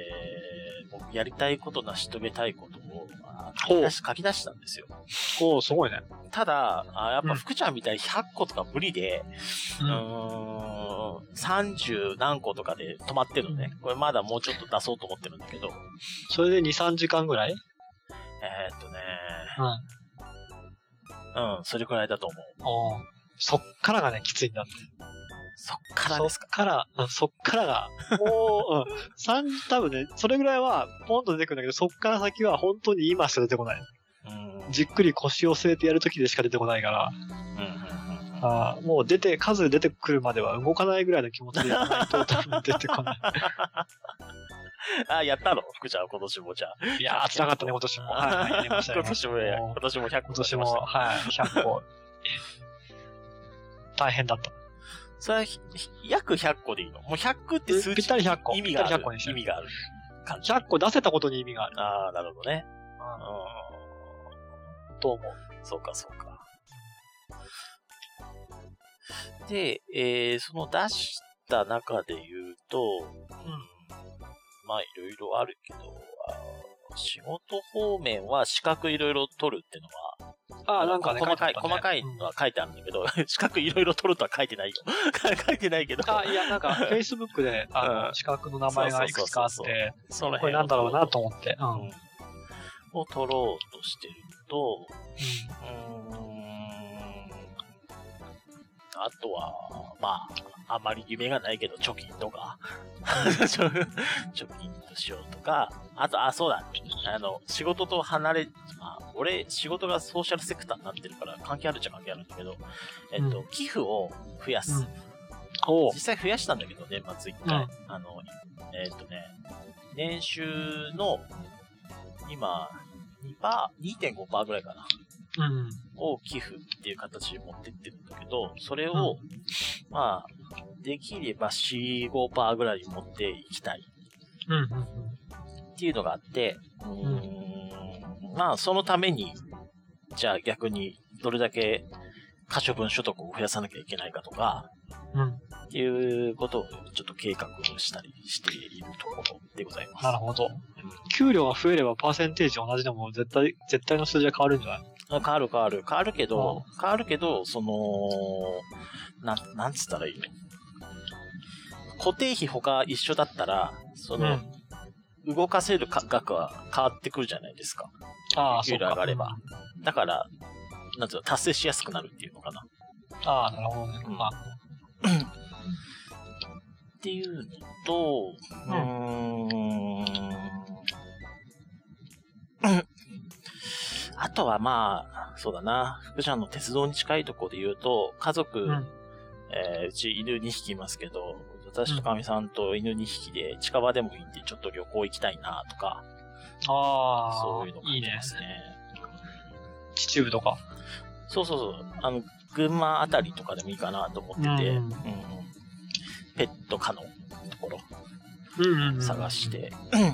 Speaker 1: もうやりたいこと、成し遂げたいことをあ書き出し書き出したんですよ。
Speaker 2: おおすごいね。
Speaker 1: ただ、あやっ
Speaker 2: う
Speaker 1: ぱ
Speaker 2: ん
Speaker 1: 福ちゃんみたいに100個とか無理で、
Speaker 2: う
Speaker 1: うーん、30何個とかで止まってるのね。これまだもうちょっと出そうと思ってるんだけど、
Speaker 2: それで2、3時間ぐらい
Speaker 1: えーっとね、
Speaker 2: う
Speaker 1: うん、それくらいだと思う。
Speaker 2: ん。おーそっからがね、きついんだって。
Speaker 1: そっからですか。
Speaker 2: そっから、うんそっからが、もう、うん。三多分ね、それぐらいは、ポンと出てくるんだけど、そっから先は本当に今しか出てこない。
Speaker 1: うん、うん、うん、
Speaker 2: じっくり腰を据えてやるときでしか出てこないから、
Speaker 1: うん。
Speaker 2: あーもう出て、数出てくるまでは動かないぐらいの気持ちでやらないと多分出 てこない。
Speaker 1: あ、やったの福ちゃん、今年もじゃあ。
Speaker 2: いやー、辛かったね、今年も。はいはい、やりました
Speaker 1: 今年もや、今年も100個
Speaker 2: 今年
Speaker 1: やり
Speaker 2: も、
Speaker 1: ました。
Speaker 2: はい、100個。大変だった。
Speaker 1: それはひ、ひ約100個でいいのもう100って数
Speaker 2: ぴ
Speaker 1: 字
Speaker 2: ったり100個。
Speaker 1: 意味が
Speaker 2: ぴ
Speaker 1: あ
Speaker 2: った
Speaker 1: る
Speaker 2: り100個にし。
Speaker 1: 意味がある。
Speaker 2: 100個出せたことに意味がある
Speaker 1: ああ、なるほどね。
Speaker 2: と思う。
Speaker 1: うん、そうか、そうか。で、えー、その出した中で言うと、まあ、いろいろあるけど、あー仕事方面は資格いろいろ取るっていうのは、
Speaker 2: ああ、なんかね、
Speaker 1: 細かい、
Speaker 2: 書てあったね
Speaker 1: 細かいのは書いてあるんだけど、 資格いろいろ取るとは書いてないよ。書いてないけど、
Speaker 2: あ、いや、なんか、Facebook で、あ
Speaker 1: うん
Speaker 2: の、資格の名前がいくつかあっ
Speaker 1: そうそう
Speaker 2: て、
Speaker 1: その辺を
Speaker 2: これなんだろうなと思って。う。
Speaker 1: うんんを取ろうとしてると、う
Speaker 2: う
Speaker 1: ーん、あとは、まあ、あまり夢がないけど、貯金と か、貯金としようとか、あと、あ、そうだ、あの、仕事と離れ、まあ、俺、仕事がソーシャルセクターになってるから、関係あるっちゃ関係あるんだけど、えっと、
Speaker 2: う
Speaker 1: 寄付を増やす。
Speaker 2: うんおう
Speaker 1: 実際増やしたんだけど、年末一回。
Speaker 2: うん
Speaker 1: あの、えっ、とね、年収の、今、2%、2.5%ぐらいかな、
Speaker 2: うん。
Speaker 1: を寄付っていう形で持ってってるんだけど、それを、まあ、できれば4、5%ぐらいに持っていきたい
Speaker 2: うん。うんうん。
Speaker 1: っていうのがあって、うーん、まあ、そのために、じゃあ逆に、どれだけ可処分所得を増やさなきゃいけないかとか、
Speaker 2: うん。
Speaker 1: っていうことをちょっと計画をしたりしているところでございます。
Speaker 2: なるほど。給料が増えれば、パーセンテージ同じでも、絶対、絶対の数字は変わるんじゃない
Speaker 1: うん変わる変わる。変わるけど、変わるけど、その、なん、なんつったらいいの固定費他一緒だったら、その、
Speaker 2: うん
Speaker 1: 動かせるか額は変わってくるじゃないですか。
Speaker 2: ああ、
Speaker 1: 給
Speaker 2: そう
Speaker 1: 料
Speaker 2: か。
Speaker 1: 上がれば。だから、なんつうの、達成しやすくなるっていうのかな。
Speaker 2: ああ、なるほどね。
Speaker 1: うん
Speaker 2: まあ、
Speaker 1: っていうのと、う
Speaker 2: う
Speaker 1: ーん。あとはまあ、そうだな、福ちゃんの鉄道に近いところで言うと、家族、
Speaker 2: うん。
Speaker 1: えーうち犬2匹いますけど、私とかみさんと犬2匹で近場でもいいんでちょっと旅行行きたいなとか、
Speaker 2: ああ、
Speaker 1: そういうのを
Speaker 2: いい
Speaker 1: て
Speaker 2: ね
Speaker 1: ま。すね。
Speaker 2: 秩父とか。
Speaker 1: そうそうそう、あの、群馬あたりとかでもいいかなと思ってて、
Speaker 2: う
Speaker 1: う
Speaker 2: ん
Speaker 1: んうんペット可のところ。
Speaker 2: うんうん
Speaker 1: 探して、うん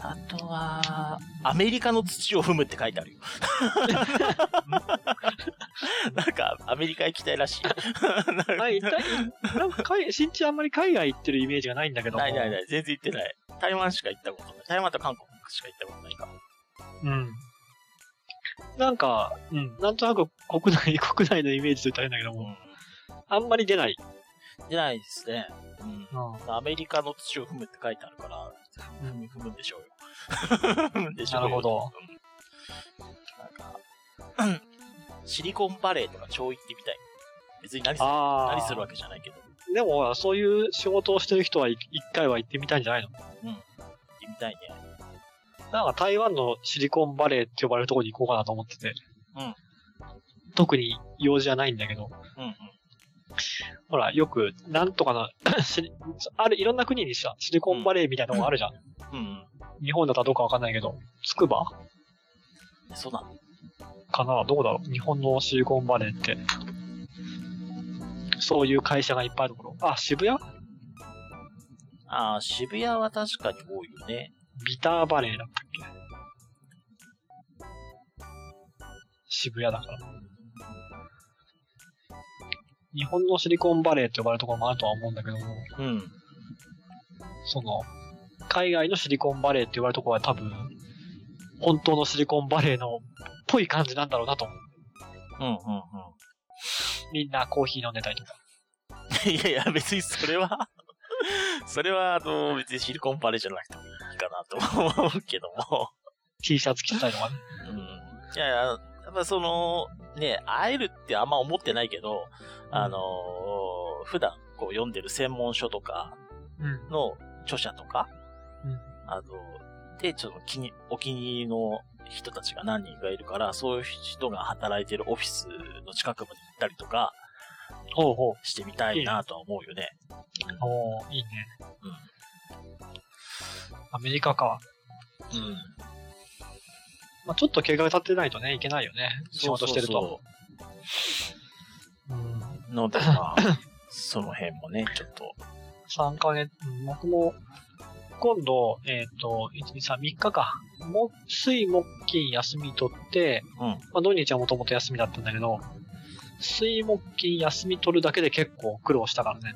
Speaker 1: あとは、アメリカの土を踏むって書いてある よ。なんか、アメリカ行きたいらしい。
Speaker 2: はい、一体、なんか海、 新地あんまり海外行ってるイメージがないんだけども。
Speaker 1: ないないない、全然行ってない。台湾しか行ったことない。台湾と韓国しか行ったことないか。
Speaker 2: うん。なんか、うん、なんとなく国内、 国内のイメージと言ったらいいんだけども、あんまり出ない。
Speaker 1: 出ないですね。うん
Speaker 2: うん。
Speaker 1: アメリカの土を踏むって書いてあるから、踏む踏むんでしょうよ。踏むんでしょうよ。
Speaker 2: なるほど
Speaker 1: うん。シリコンバレーとか超行ってみたい。別に何する
Speaker 2: ああ。
Speaker 1: 何するわけじゃないけど、行
Speaker 2: でもほら、そういう仕事をしてる人は一一回は行ってみたいんじゃないの
Speaker 1: ってみたいね。
Speaker 2: なんか台湾のシリコンバレーって呼ばれるとこに行こうかなと思ってて。
Speaker 1: うん。
Speaker 2: 特に用事はないんだけど、
Speaker 1: うんうん。
Speaker 2: ほら、よく、なんとかな、 シリある、いろんな国にさ、シリコンバレーみたいなのがあるじゃん。
Speaker 1: うん、
Speaker 2: 日本だったらどうかわかんないけど、つくば
Speaker 1: うん。そうなの
Speaker 2: かなどうだろう日本のシリコンバレーって。そういう会社がいっぱいあるところ。あ、渋谷
Speaker 1: ああ、渋谷は確かに多いよね。
Speaker 2: ビターバレーだったっけ渋谷だから。日本のシリコンバレーって呼ばれるところもあるとは思うんだけども、
Speaker 1: うん。
Speaker 2: その、海外のシリコンバレーって言われるところは多分、本当のシリコンバレーのっぽい感じなんだろうなと思う。
Speaker 1: うんうんうん。
Speaker 2: みんなコーヒー飲んでたりとか。
Speaker 1: いやいや、別にそれは、 それは、あの、別にシリコンバレーじゃなくてもいいかなと思うけども。
Speaker 2: T シャツ着てたりとかね。
Speaker 1: うん。いやいや、やっぱその、ね、会えるってあんま思ってないけど、あのー普段こう読んでる専門書とか
Speaker 2: うん。
Speaker 1: の著者とか、
Speaker 2: うん
Speaker 1: あの、で、ちょっと気にお気に入りの人たちが何人かいるから、そういう人が働いてるオフィスの近くまで行ったりとか
Speaker 2: ほうほう。
Speaker 1: してみたいなとは思うよね。
Speaker 2: おーいいね。アメリカか。
Speaker 1: うん。うん。
Speaker 2: まあ、ちょっと計画立てないとね、いけないよね。仕事してると。
Speaker 1: そうそうそう
Speaker 2: うん、
Speaker 1: ので、まあ、 その辺もね、ちょっと。
Speaker 2: 3ヶ月、うん僕も、今度、えっ、と、1、2、3、3日か。も水、木、金、休み取って、
Speaker 1: うん。
Speaker 2: まあ、土日はもともと休みだったんだけど、水、木、金、休み取るだけで結構苦労したからね。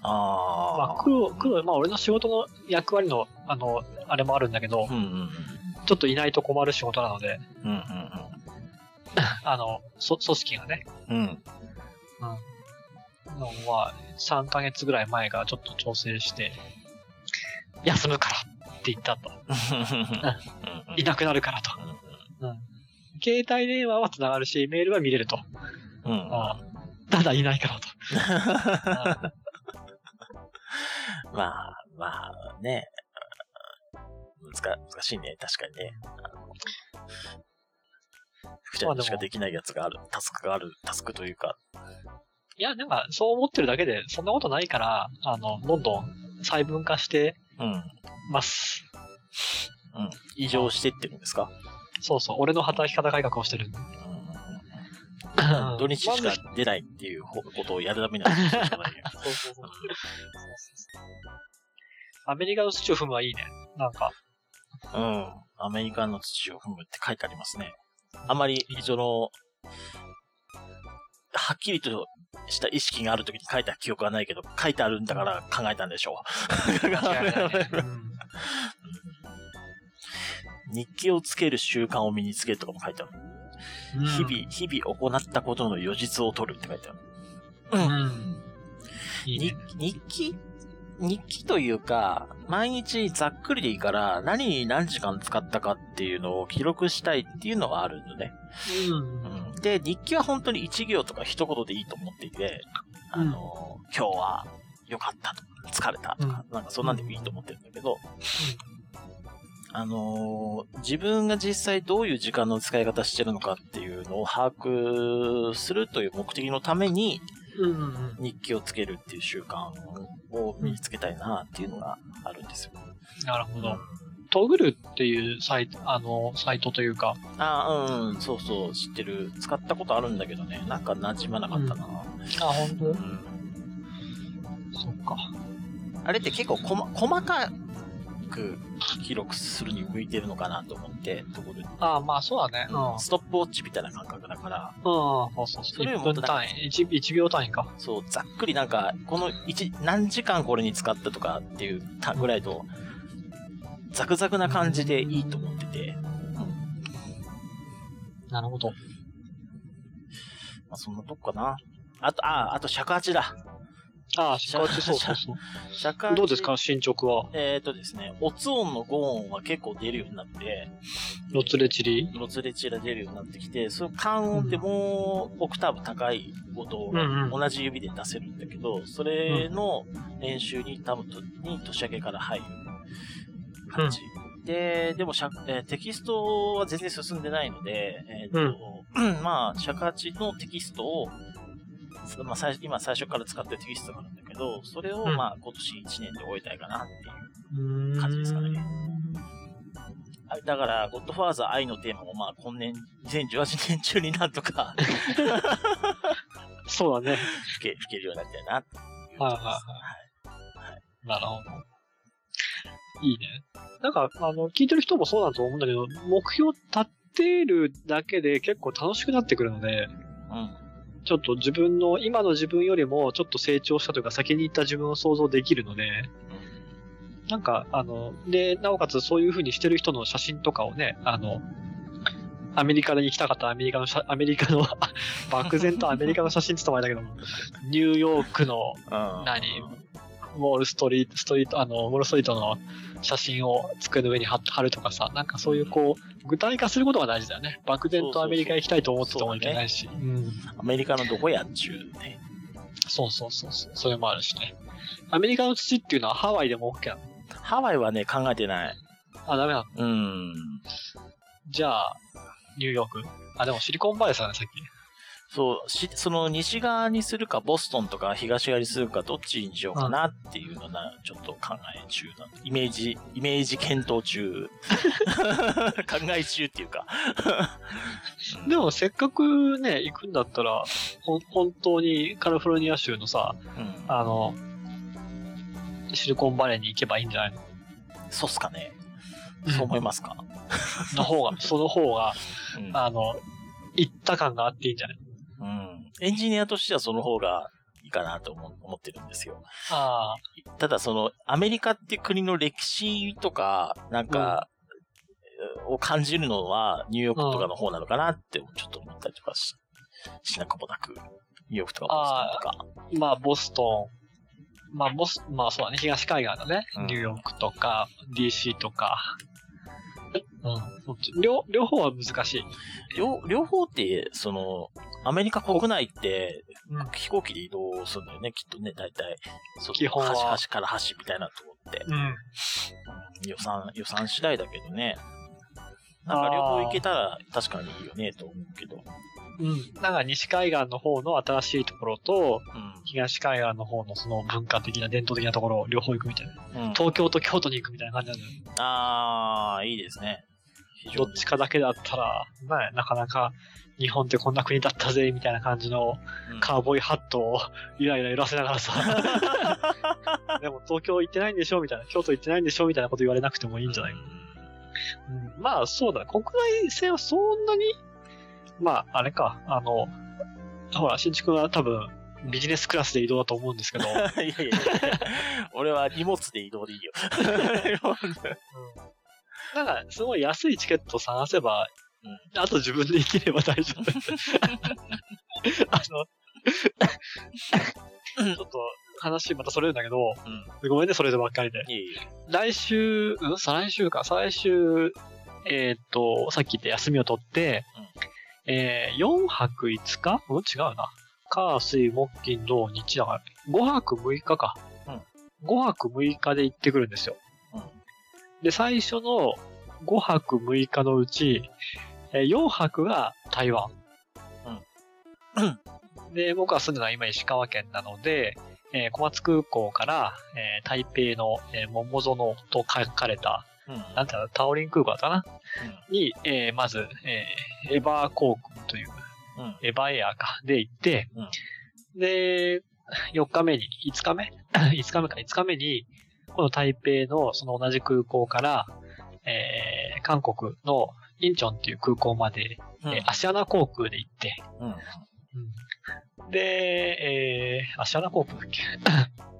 Speaker 2: ま
Speaker 1: あ
Speaker 2: あ、
Speaker 1: あ。
Speaker 2: 苦労、苦労、まあ、俺の仕事の役割の、あの、あれもあるんだけど
Speaker 1: う、んうんうん。
Speaker 2: ちょっといないと困る仕事なので、
Speaker 1: うんうん
Speaker 2: あの、そ組織がね、
Speaker 1: うん。う ん。
Speaker 2: のは3ヶ月ぐらい前からちょっと調整して、休むからって言ったと。いなくなるからと。携帯電話は繋がるし、メールは見れると。
Speaker 1: うん。うん。
Speaker 2: あただいないからと。
Speaker 1: まあ、まあね。難難しいね、確かにね。二人にしかできないやつがある、タスクがある、タスクというか。
Speaker 2: いや、なんかそう思ってるだけで、そんなことないから、あの、どんどん細分化して
Speaker 1: うん。うん。
Speaker 2: ます。
Speaker 1: 異常してってるんですか
Speaker 2: そうそう、俺の働き方改革をしてる。
Speaker 1: 土日し
Speaker 2: ま
Speaker 1: か
Speaker 2: ず
Speaker 1: 出ないっていうことをやるためには、
Speaker 2: そうそうそう。アメリカの土を踏むはいいね。なんか、
Speaker 1: うん。アメリカの土を踏むって書いてありますね。あまり、その、はっきりとした意識があるときに書いた記憶はないけど、書いてあるんだから考えたんでしょう。
Speaker 2: うん
Speaker 1: 日記をつける習慣を身につけるとかも書いてある。日々、日々行ったことの予実を取るって書いてある。
Speaker 2: うん。いいね
Speaker 1: 日日記日記というか、毎日ざっくりでいいから、何に何時間使ったかっていうのを記録したいっていうのがあるのね。
Speaker 2: うん。
Speaker 1: で、日記は本当に一行とか一言でいいと思っていて、あの、今日は良かったとか、疲れたとか、なんかそんなんでもいいと思ってるんだけど、あのー自分が実際どういう時間の使い方してるのかっていうのを把握するという目的のために、
Speaker 2: うんうんうん。
Speaker 1: 日記をつけるっていう習慣を身につけたいなっていうのがあるんですよ。
Speaker 2: なるほ
Speaker 1: うん
Speaker 2: ど。トグルっていうサイト、あの、サイトというか、
Speaker 1: あーうん、そうそう、知ってる。使ったことあるんだけどね、なんか馴染まなかったな。
Speaker 2: あ、本当
Speaker 1: うん
Speaker 2: そっか。
Speaker 1: あれって結構こま細かく記録するに向いてるのかなと思って、ところで
Speaker 2: あまあそうだね。うん。うん、
Speaker 1: ストップウォッチみたいな感覚だから、
Speaker 2: そうそう
Speaker 1: そ
Speaker 2: そう。
Speaker 1: れより
Speaker 2: 1
Speaker 1: も
Speaker 2: 分単位、1, 1秒単位か。
Speaker 1: そう、ざっくりなんか、この一何時間これに使ったとかっていうたぐらいと、ザクザクな感じでいいと思ってて、
Speaker 2: なるほど。
Speaker 1: まあ、そんなとこかな。あと、あ、あと尺八だ。
Speaker 2: ああ、そうそうそう そう。
Speaker 1: 社会人
Speaker 2: どうですか、進捗は。
Speaker 1: えっ、とですね、オツ音のゴ音は結構出るようになって、
Speaker 2: ロツレチリ。
Speaker 1: ロツレチラ出るようになってきて、その単音ってもうオクターブ高い音を
Speaker 2: うんうん。
Speaker 1: 同じ指で出せるんだけど、それの練習に多分とに年明けから入る感じ。で、でも社、えーテキストは全然進んでないので、えーと まあ、尺八のテキストを、そまあ、最今最初から使ってるテキストがあるんだけど、それを、
Speaker 2: うん
Speaker 1: まあ、今年1年で終えたいかなっていう。
Speaker 2: うーん
Speaker 1: 感じですかねあだから、ゴッドファーザー愛のテーマもまあ今年、2018年中になんとか
Speaker 2: そうだね。
Speaker 1: 吹け、吹けるようになったよなっていう
Speaker 2: はい
Speaker 1: 感
Speaker 2: は
Speaker 1: じです。
Speaker 2: いはい。なるほど。いいね。なんか、あの、聞いてる人もそうだと思うんだけど、目標立てるだけで結構楽しくなってくるので、ちょっと自分の、今の自分よりもちょっと成長したというか先に行った自分を想像できるので、なんか、あの、で、なおかつそういう風にしてる人の写真とかをね、あの、アメリカに行きたかったアメリカの写、アメリカの、 あ漠然とアメリカの写真って言ったらあれだけども、ニューヨークの
Speaker 1: うん。うん。
Speaker 2: 何ウォールストリート、ストリート、あの、ウォールストリートの写真を机の上に貼貼るとかさ、なんかそういうこう、具体化することが大事だよね。漠然とアメリカ行きたいと思っててもいけないし。うん。
Speaker 1: アメリカのどこやっちゅうね。
Speaker 2: そうそうそうそう。それもあるしね。アメリカの土っていうのはハワイでも OK なの
Speaker 1: ハワイはね、考えてない。
Speaker 2: あ、ダメな
Speaker 1: う
Speaker 2: の
Speaker 1: ん。
Speaker 2: じゃあ、ニューヨークあ、でもシリコンバレーさんね、さっき。
Speaker 1: そう、し、その西側にするか、ボストンとか東側にするか、どっちにしようかなっていうのな、ちょっと考え中なイメージ、イメージ検討中。 考え中っていうか。
Speaker 2: でも、せっかくね、行くんだったら、ほん本当にカリフォルニア州のさ、
Speaker 1: うん。
Speaker 2: あの、シリコンバレーに行けばいいんじゃないの
Speaker 1: そうっすかね。そう思いますか。
Speaker 2: の方が、その方が、
Speaker 1: うん
Speaker 2: あの、行った感があっていいんじゃない
Speaker 1: うん。エンジニアとしてはその方がいいかなと思思ってるんですよ。
Speaker 2: あ
Speaker 1: ただその、アメリカって国の歴史とか、なんか、を感じるのはニューヨークとかの方なのかなってちょっと思ったりとかししなくもなく、ニューヨークとかボストンとか。
Speaker 2: あ、まあ、ボストン。まあ、ボス、まあそうだね、東海岸のね
Speaker 1: うん、
Speaker 2: ニューヨークとか、DC とか。うんそっち。両、両方は難しい。
Speaker 1: 両両方って、その、アメリカ国内って
Speaker 2: うん
Speaker 1: 飛行機で移動するんだよね、きっとね、大体。その
Speaker 2: 基本は
Speaker 1: 端端から端みたいなとこって。
Speaker 2: うん。
Speaker 1: 予算、予算次第だけどね。なんか旅行行けたら確かにいいよねと思うけど。
Speaker 2: うん。なんか西海岸の方の新しいところと、
Speaker 1: う
Speaker 2: 東海岸の方のその文化的な伝統的なところを両方行くみたいな。
Speaker 1: ん。うん、
Speaker 2: 東京と京都に行くみたいな感じなんだよね。
Speaker 1: あー、いいですね。非常
Speaker 2: ど
Speaker 1: に
Speaker 2: っちかだけだったら、ね、なかなか日本ってこんな国だったぜ、みたいな感じの
Speaker 1: うん
Speaker 2: カーボーイハットをイライラ揺らせながら さ。でも東京行ってないんでしょみたいな。京都行ってないんでしょみたいなこと言われなくてもいいんじゃない、
Speaker 1: うん
Speaker 2: うんまあそうだね。国内線はそんなに、まああれか、あの、ほら、新築は多分ビジネスクラスで移動だと思うんです けど、
Speaker 1: いやいやいや、俺は荷物で移動でいいよ。
Speaker 2: なんかすごい安いチケット探せば、
Speaker 1: う
Speaker 2: あと自分で生きれば大丈 夫。あの、ちょっと話またそれるんだけど、
Speaker 1: うん
Speaker 2: ごめんね、それでばっかりで。
Speaker 1: いやいや
Speaker 2: 来週、うん、再来週か、再来週、えーっ、と、さっき言った休みを取って、えー、4泊5日うん違うな。火、水、木、金、土、日だから、5泊6日か。5泊6日で行ってくるんですよ。
Speaker 1: うん
Speaker 2: で、最初の5泊6日のうち、えー4泊が台湾。
Speaker 1: うん
Speaker 2: で、僕が住んでるのは今石川県なので、えー小松空港から、えー台北の、えー桃園と書かれた、
Speaker 1: うん。
Speaker 2: なんていうの、タオリン空港だったかなに、えーまず、えーエバー航空という、
Speaker 1: うん。うん
Speaker 2: エバーエアか、で行って、
Speaker 1: うん
Speaker 2: で、4日目に、5日目 ?5 日目か、5日目に、この台北のその同じ空港から、えー韓国のインチョンっていう空港まで、
Speaker 1: うん
Speaker 2: えーアシアナ航空で行って、
Speaker 1: うん
Speaker 2: で、えー、アシャナ航空だっけ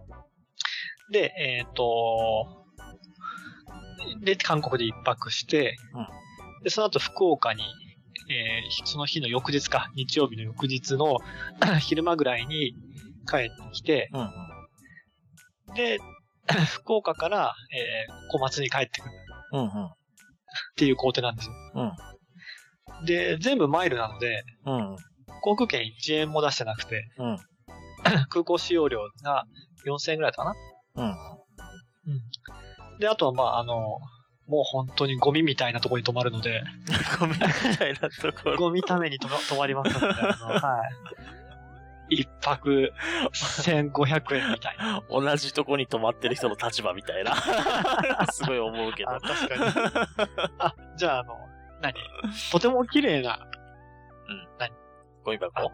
Speaker 2: で、えっ、と、で、韓国で一泊して、で、その後福岡に、えーその日の翌 日か、日曜日の翌日の昼間ぐらいに帰ってきて、
Speaker 1: うん。
Speaker 2: で、 福岡から、えー小松に帰ってくるっ
Speaker 1: うんうん。
Speaker 2: ていう工程なんですよ。
Speaker 1: うん。
Speaker 2: で、全部マイルなので、
Speaker 1: うん。
Speaker 2: 航空券1円も出してなく て、
Speaker 1: うん。
Speaker 2: 空港使用料が4000円ぐらいだったか
Speaker 1: うん。
Speaker 2: な。うん。で、あとは、まあ、あの、もう本当にゴミみたいなところに泊まるので、
Speaker 1: ごめんなさいなところ。
Speaker 2: ゴミために泊ま泊まりますので、あ のはい。一泊1500円みたいな。
Speaker 1: 同じとこに泊まってる人の立場みたいな。すごい思うけど。
Speaker 2: あ、確かに。あ、じゃあ、あの、何とても綺麗な、
Speaker 1: ゴミ箱。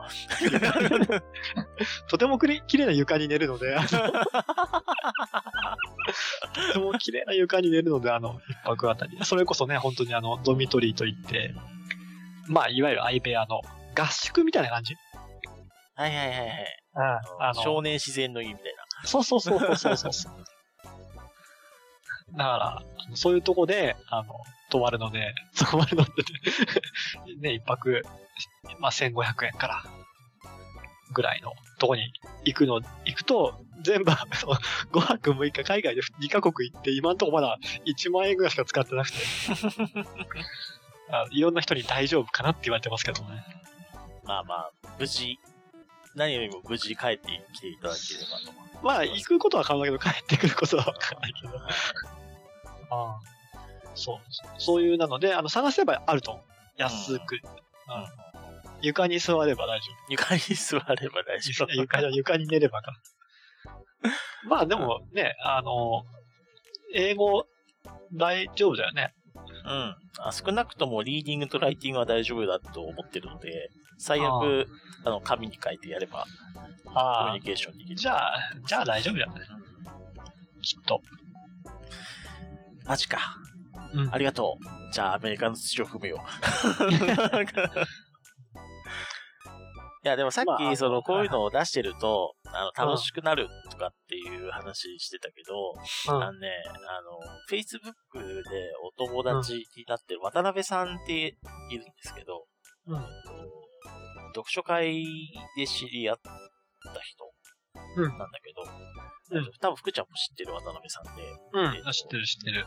Speaker 2: とてもくれ綺麗な床に寝るので、あのとても綺麗な床に寝るので、あの、一泊あたり。それこそね、本当にあの、ドミトリーといって、まあ、いわゆる相部屋の合宿みたいな感じ。
Speaker 1: はいはいはいはい。
Speaker 2: うん。あの、
Speaker 1: 少年自然の湯みたい
Speaker 2: そうそうそうそうそうそうそう。だから、あのそういうとこで、あの、泊まるので、 泊まるのでね、ね、一泊、まあ、1500円から、ぐらいのとこに行くの、行くと、全部、 その5泊6日海外で2カ国行って、今んとこまだ1万円ぐらいしか使ってなくて、あのいろんな人に大丈夫かなって言われてますけどね。
Speaker 1: な。まあまあ、無事、何よりも無事帰ってきていただければと思い
Speaker 2: まあ、行くことは可能だけど、帰ってくることは分かんないけど。
Speaker 1: ます。
Speaker 2: ああそう、そういうなので、あの探せばあると思う。安く。うん床に座れば大丈
Speaker 1: 床に座れば大丈
Speaker 2: 夫。 いや床じゃ床に寝れ ばか。まあでもね、あの、英語大丈夫だよね。
Speaker 1: 夫。うん。あ少なくともリーディングとライティングは大丈夫だと思ってるので、最悪、あの、紙に書いてやれば、コミュ
Speaker 2: ああ
Speaker 1: ニ。ケーションできる。
Speaker 2: じゃあ、じゃあ大丈夫だよね。きっと。
Speaker 1: マジか。
Speaker 2: うん
Speaker 1: ありがとう。じゃあ、アメリカの土を踏む よ。 いや、でもさっ
Speaker 2: まああの
Speaker 1: き、その、こういうのを出してると、あの、
Speaker 2: うん
Speaker 1: 楽しくなるとかっていう話してたけど、
Speaker 2: うん
Speaker 1: あのね、あの、Facebook でお友達になってる渡辺さんっているんですけど、
Speaker 2: うん
Speaker 1: えっと読書会で知り合った人
Speaker 2: うん
Speaker 1: なんだけど、
Speaker 2: うん
Speaker 1: えっと多分福ちゃんも知ってる渡辺さんで、
Speaker 2: うん。知ってる知ってる。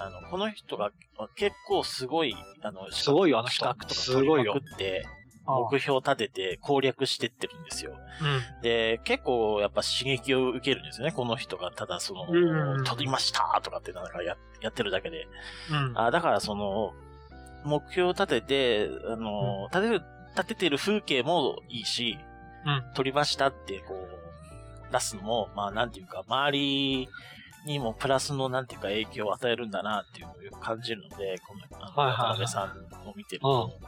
Speaker 1: あの、この人があ結構すごい、あの、
Speaker 2: すごいよ、あの
Speaker 1: 資
Speaker 2: 人。
Speaker 1: 格とか
Speaker 2: す
Speaker 1: 取
Speaker 2: ごい
Speaker 1: りま
Speaker 2: よ
Speaker 1: く。って、
Speaker 2: ああ
Speaker 1: 目標立てて攻略してってるんですよ。で、結構やっぱ刺激を受けるんですよね、この人が。ただその、
Speaker 2: うん
Speaker 1: 取りましたとかってなんかややってるだけで。
Speaker 2: うん。うん。
Speaker 1: あだからその、目標を立てて、あの、立てる、立ててる風景もいいし、
Speaker 2: うん
Speaker 1: 取りましたってこう、出すのも、まあなんていうか、周りにもプラスのなんていうか影響を与えるんだなっていうのをよく感じるので、この、あの
Speaker 2: はいはいはい
Speaker 1: 渡辺さんを見てる
Speaker 2: うん
Speaker 1: と、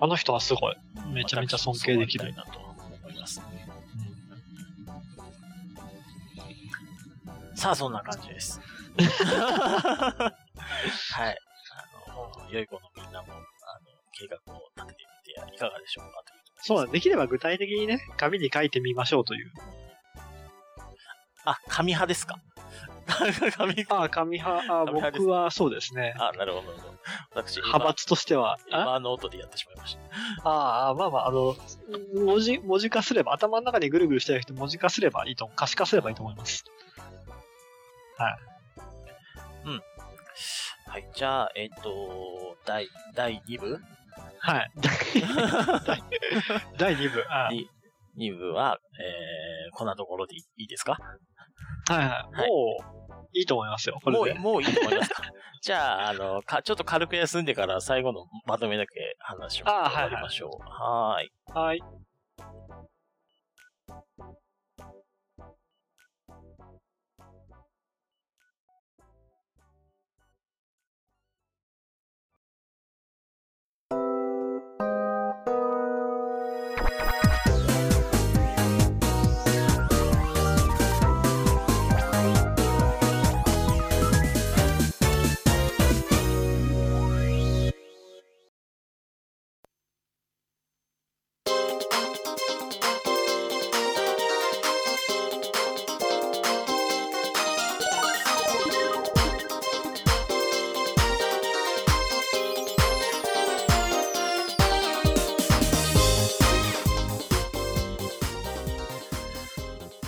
Speaker 2: あの人はすごい。めちゃめちゃ尊敬できる
Speaker 1: 私もそうなりたいなと思いますね。さあ、そんな感じです。はい。あの、良い子のみんなも、あの、計画を立ててみていかがでしょうかというところです
Speaker 2: そうだね、できれば具体的にね、紙に書いてみましょうという。
Speaker 1: あ、紙派ですか 紙
Speaker 2: ああ、紙派、ああ
Speaker 1: 紙派です
Speaker 2: 僕はそうですね。
Speaker 1: あ、なるほど。なるほど私、
Speaker 2: 派閥としては、
Speaker 1: エヴァエ
Speaker 2: あ
Speaker 1: ヴァノートでやってしまいました。
Speaker 2: ああ、まあまあ、あの、文字、文字化すれば、頭の中にぐるぐるしてる人文字化すればいいと、可視化すればいいと思います。
Speaker 1: はい。じゃあ、えっ、と、第、第2部
Speaker 2: はい。 第2部。あ
Speaker 1: 2部は、えー、こんなところでいいですか
Speaker 2: あはいはい。
Speaker 1: はい
Speaker 2: もう、いいと思いますよ、これ
Speaker 1: もう、
Speaker 2: で。
Speaker 1: もういいと思いますか じゃあ、あの、か、ちょっと軽く休んでから最後のまとめだけ話を終
Speaker 2: あー
Speaker 1: わりましょう。はーい。
Speaker 2: はい。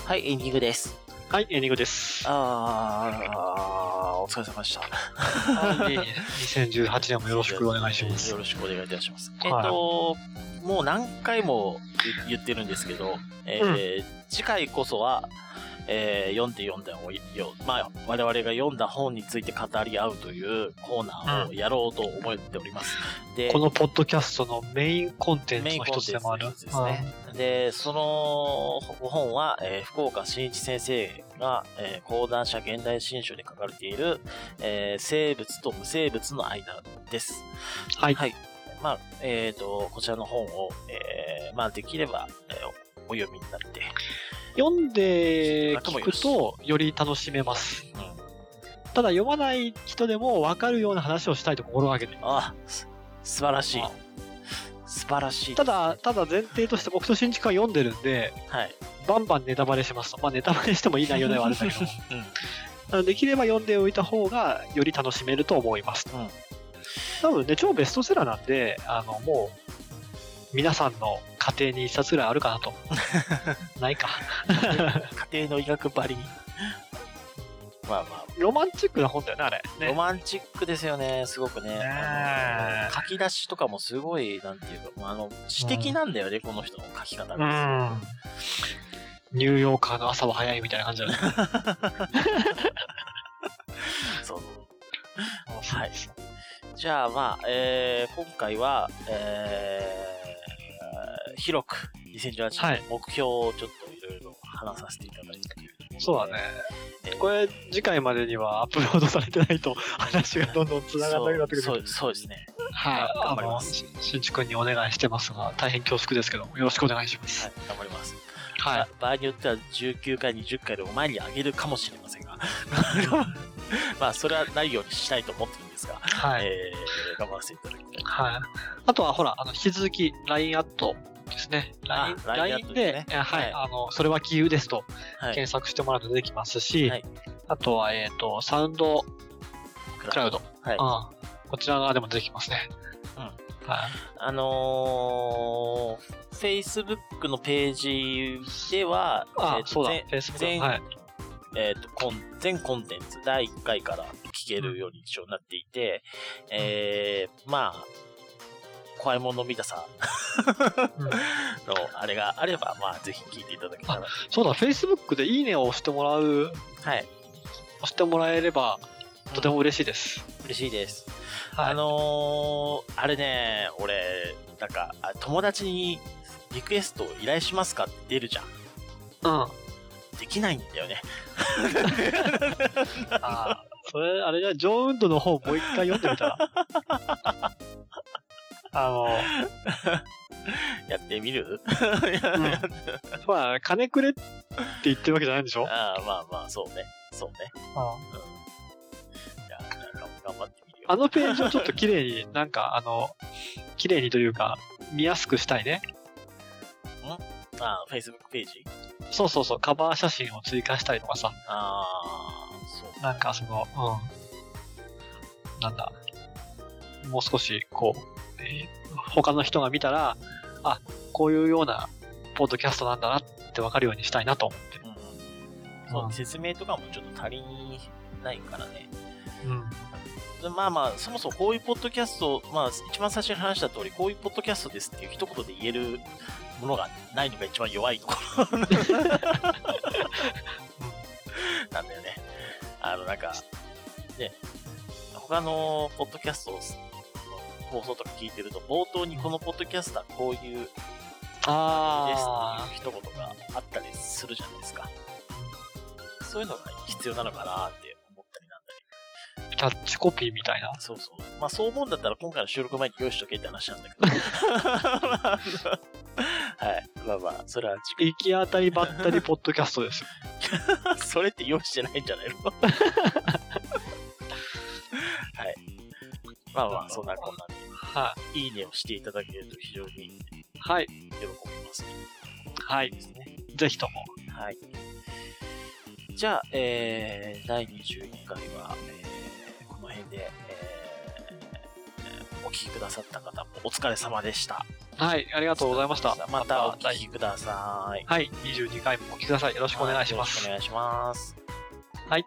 Speaker 1: はい、エンディングです。
Speaker 2: はい、エンディングです。
Speaker 1: あー、お疲れ様でした。
Speaker 2: 2018年もよろしくお願いします
Speaker 1: よ。ろしくお願いいたします。
Speaker 2: はい
Speaker 1: えっと、もう何回も言言ってるんですけど、えー次回こそは、えー読んで読んだ本をよ、まあ、我々が読んだ本について語り合うというコーナーをやろうと思っております。で
Speaker 2: このポッドキャストのメインコンテンツの一つでもある。
Speaker 1: メインコンテンツの一つですね。で、その本は、えー福岡伸一先生が、えー講談社現代新書に書かれている、えー生物と無生物の間です。
Speaker 2: はい
Speaker 1: まあ、えっ、と、こちらの本を、えーまあ、できれば、えーお読みになって、
Speaker 2: 読んで聞くとより楽しめます。
Speaker 1: うん
Speaker 2: ただ読まない人でも分かるような話をしたいと心がけてい
Speaker 1: あ、
Speaker 2: ま
Speaker 1: す素晴らしい
Speaker 2: あ。
Speaker 1: 素晴らしい。
Speaker 2: す。ただ、ただ前提として僕と新築は読んでるんで、
Speaker 1: はい。
Speaker 2: バンバンネタバレしますと。まあネタバレしてもいい内容ではあるんだけど
Speaker 1: うん
Speaker 2: あの、できれば読んでおいた方がより楽しめると思います。
Speaker 1: うん
Speaker 2: 多分ね、超ベストセラーなんで、あの、もう、皆さんの家庭に一冊ぐらいあるかなと。 ないか。
Speaker 1: 家庭の医学ば りに。まあまあ、
Speaker 2: ロマンチックな本だよね、あれ。ね
Speaker 1: ロマンチックですよね、すごくね。
Speaker 2: ね
Speaker 1: あの書き出しとかもすごい、なんていうか、もうあの、詩的なんだよね、この人の書き方が。
Speaker 2: うん。ニューヨーカーの朝は早いみたいな感じだね。
Speaker 1: そう
Speaker 2: はい。
Speaker 1: じゃあまあ、えー今回は、えー広く2018
Speaker 2: はい
Speaker 1: 年の目標をちょっといろいろ話させていただいて、
Speaker 2: そうだね。
Speaker 1: えー
Speaker 2: これ、次回までにはアップロードされてないと話がどんどん繋がらなくなってくる。
Speaker 1: そうそうそうですね。
Speaker 2: はい。
Speaker 1: 頑張ります
Speaker 2: あの。しんちくんにお願いしてますが、大変恐縮ですけども、よろしくお願いしま
Speaker 1: はい
Speaker 2: す。、
Speaker 1: 頑張ります。
Speaker 2: はい。
Speaker 1: まあ場合によっては19回、20回でお前にあげるかもしれませんが、まあ、それはないようにしたいと思ってるんですが、
Speaker 2: はい。
Speaker 1: えー頑張らせていただきたい
Speaker 2: はい。あとは、ほら、あの、引き続き、LINE アットですね。
Speaker 1: あ
Speaker 2: LINE で
Speaker 1: LINE アットですね
Speaker 2: えは
Speaker 1: はい
Speaker 2: い。あの、それは杞憂ですと
Speaker 1: はい。
Speaker 2: 検索してもらうと出てきますし
Speaker 1: はい、
Speaker 2: あとは、えっと、サウンドクラウド。
Speaker 1: はい
Speaker 2: うん。こちら側でも出てきますね。
Speaker 1: うん
Speaker 2: はい。
Speaker 1: あのー、Facebook のページでは、
Speaker 2: あ
Speaker 1: えー、と
Speaker 2: そうだ
Speaker 1: ぜ。
Speaker 2: Facebook
Speaker 1: 全
Speaker 2: はい。
Speaker 1: えーとコン全コンテンツ、第1回から聞けるように一緒になっていて、えー、まあ、怖いもの見たさ
Speaker 2: うん
Speaker 1: ん のあれがあれば、まあ、ぜひ聞いていただけたら。
Speaker 2: そうだ、Facebook でいいねを押してもらう、
Speaker 1: はい。
Speaker 2: 押してもらえれば、とても嬉しいです。
Speaker 1: 嬉しいです。
Speaker 2: はい
Speaker 1: あのー、あれね、俺、なんか、あ友達にリクエストを依頼しますかって出るじゃん。
Speaker 2: うん。あ
Speaker 1: できないんだよね。
Speaker 2: あー、それ、あれじゃあ、ジョーウンドの方もう一回読んでみた ら。あの、
Speaker 1: やってみる
Speaker 2: うん、まあ、金くれって言ってるわけじゃないんでしょ、
Speaker 1: ああ、まあまあ、そうね。そうね。
Speaker 2: うん
Speaker 1: うん。いや、なんか頑張ってみるよ。
Speaker 2: あのページをちょっと綺麗に、なんか、あの、綺麗にというか、見やすくしたいね。
Speaker 1: ああ、Facebook ページ
Speaker 2: そうそうそう、カバー写真を追加したりとかさ、
Speaker 1: ああ、そう。
Speaker 2: なんかその、うん。なんだ。もう少し、こう、えー他の人が見たら、あ、こういうようなポッドキャストなんだなってわかるようにしたいなと思って。
Speaker 1: うんうん。そうう、
Speaker 2: ん
Speaker 1: 説明とかもちょっと足りないからね。
Speaker 2: うん。
Speaker 1: でまあまあ、そもそもこういうポッドキャスト、まあ、一番最初に話した通り、こういうポッドキャストですっていう一言で言えるものがないのが一番弱いところなんだよね。あの、なんか、ね、他のポッドキャストの放送とか聞いてると、冒頭にこのポッドキャスターこういうです
Speaker 2: あ
Speaker 1: っていう一言があったりするじゃないですか。そういうのが必要なのかなって思ったりなんだり。
Speaker 2: ー、キャッチコピーみたいな。
Speaker 1: そうそう。まあそう思うんだったら今回の収録前に用意しとけって話なんだけど。はい。まあまあ、それは次
Speaker 2: 行き当たりばったりポッドキャスト ですよ。
Speaker 1: 回。 それって用意してないんじゃないの はい。まあまあ、そんなこんな
Speaker 2: は
Speaker 1: で、いいねをしていただけると非常に
Speaker 2: い。はい。
Speaker 1: 喜びます、ね。
Speaker 2: はい。
Speaker 1: ですね。
Speaker 2: ぜひとも。
Speaker 1: はい。じゃあ、えー、第21回は、えーこの辺で、えーえーお聞きくださった方もお疲れ様でした。
Speaker 2: はい、ありがとうございました。
Speaker 1: またお
Speaker 2: は
Speaker 1: 聞
Speaker 2: い
Speaker 1: きください。
Speaker 2: はい、22回もお聞きください。よろしくお願いしま
Speaker 1: は
Speaker 2: す
Speaker 1: よろしくお。願いします。
Speaker 2: はい。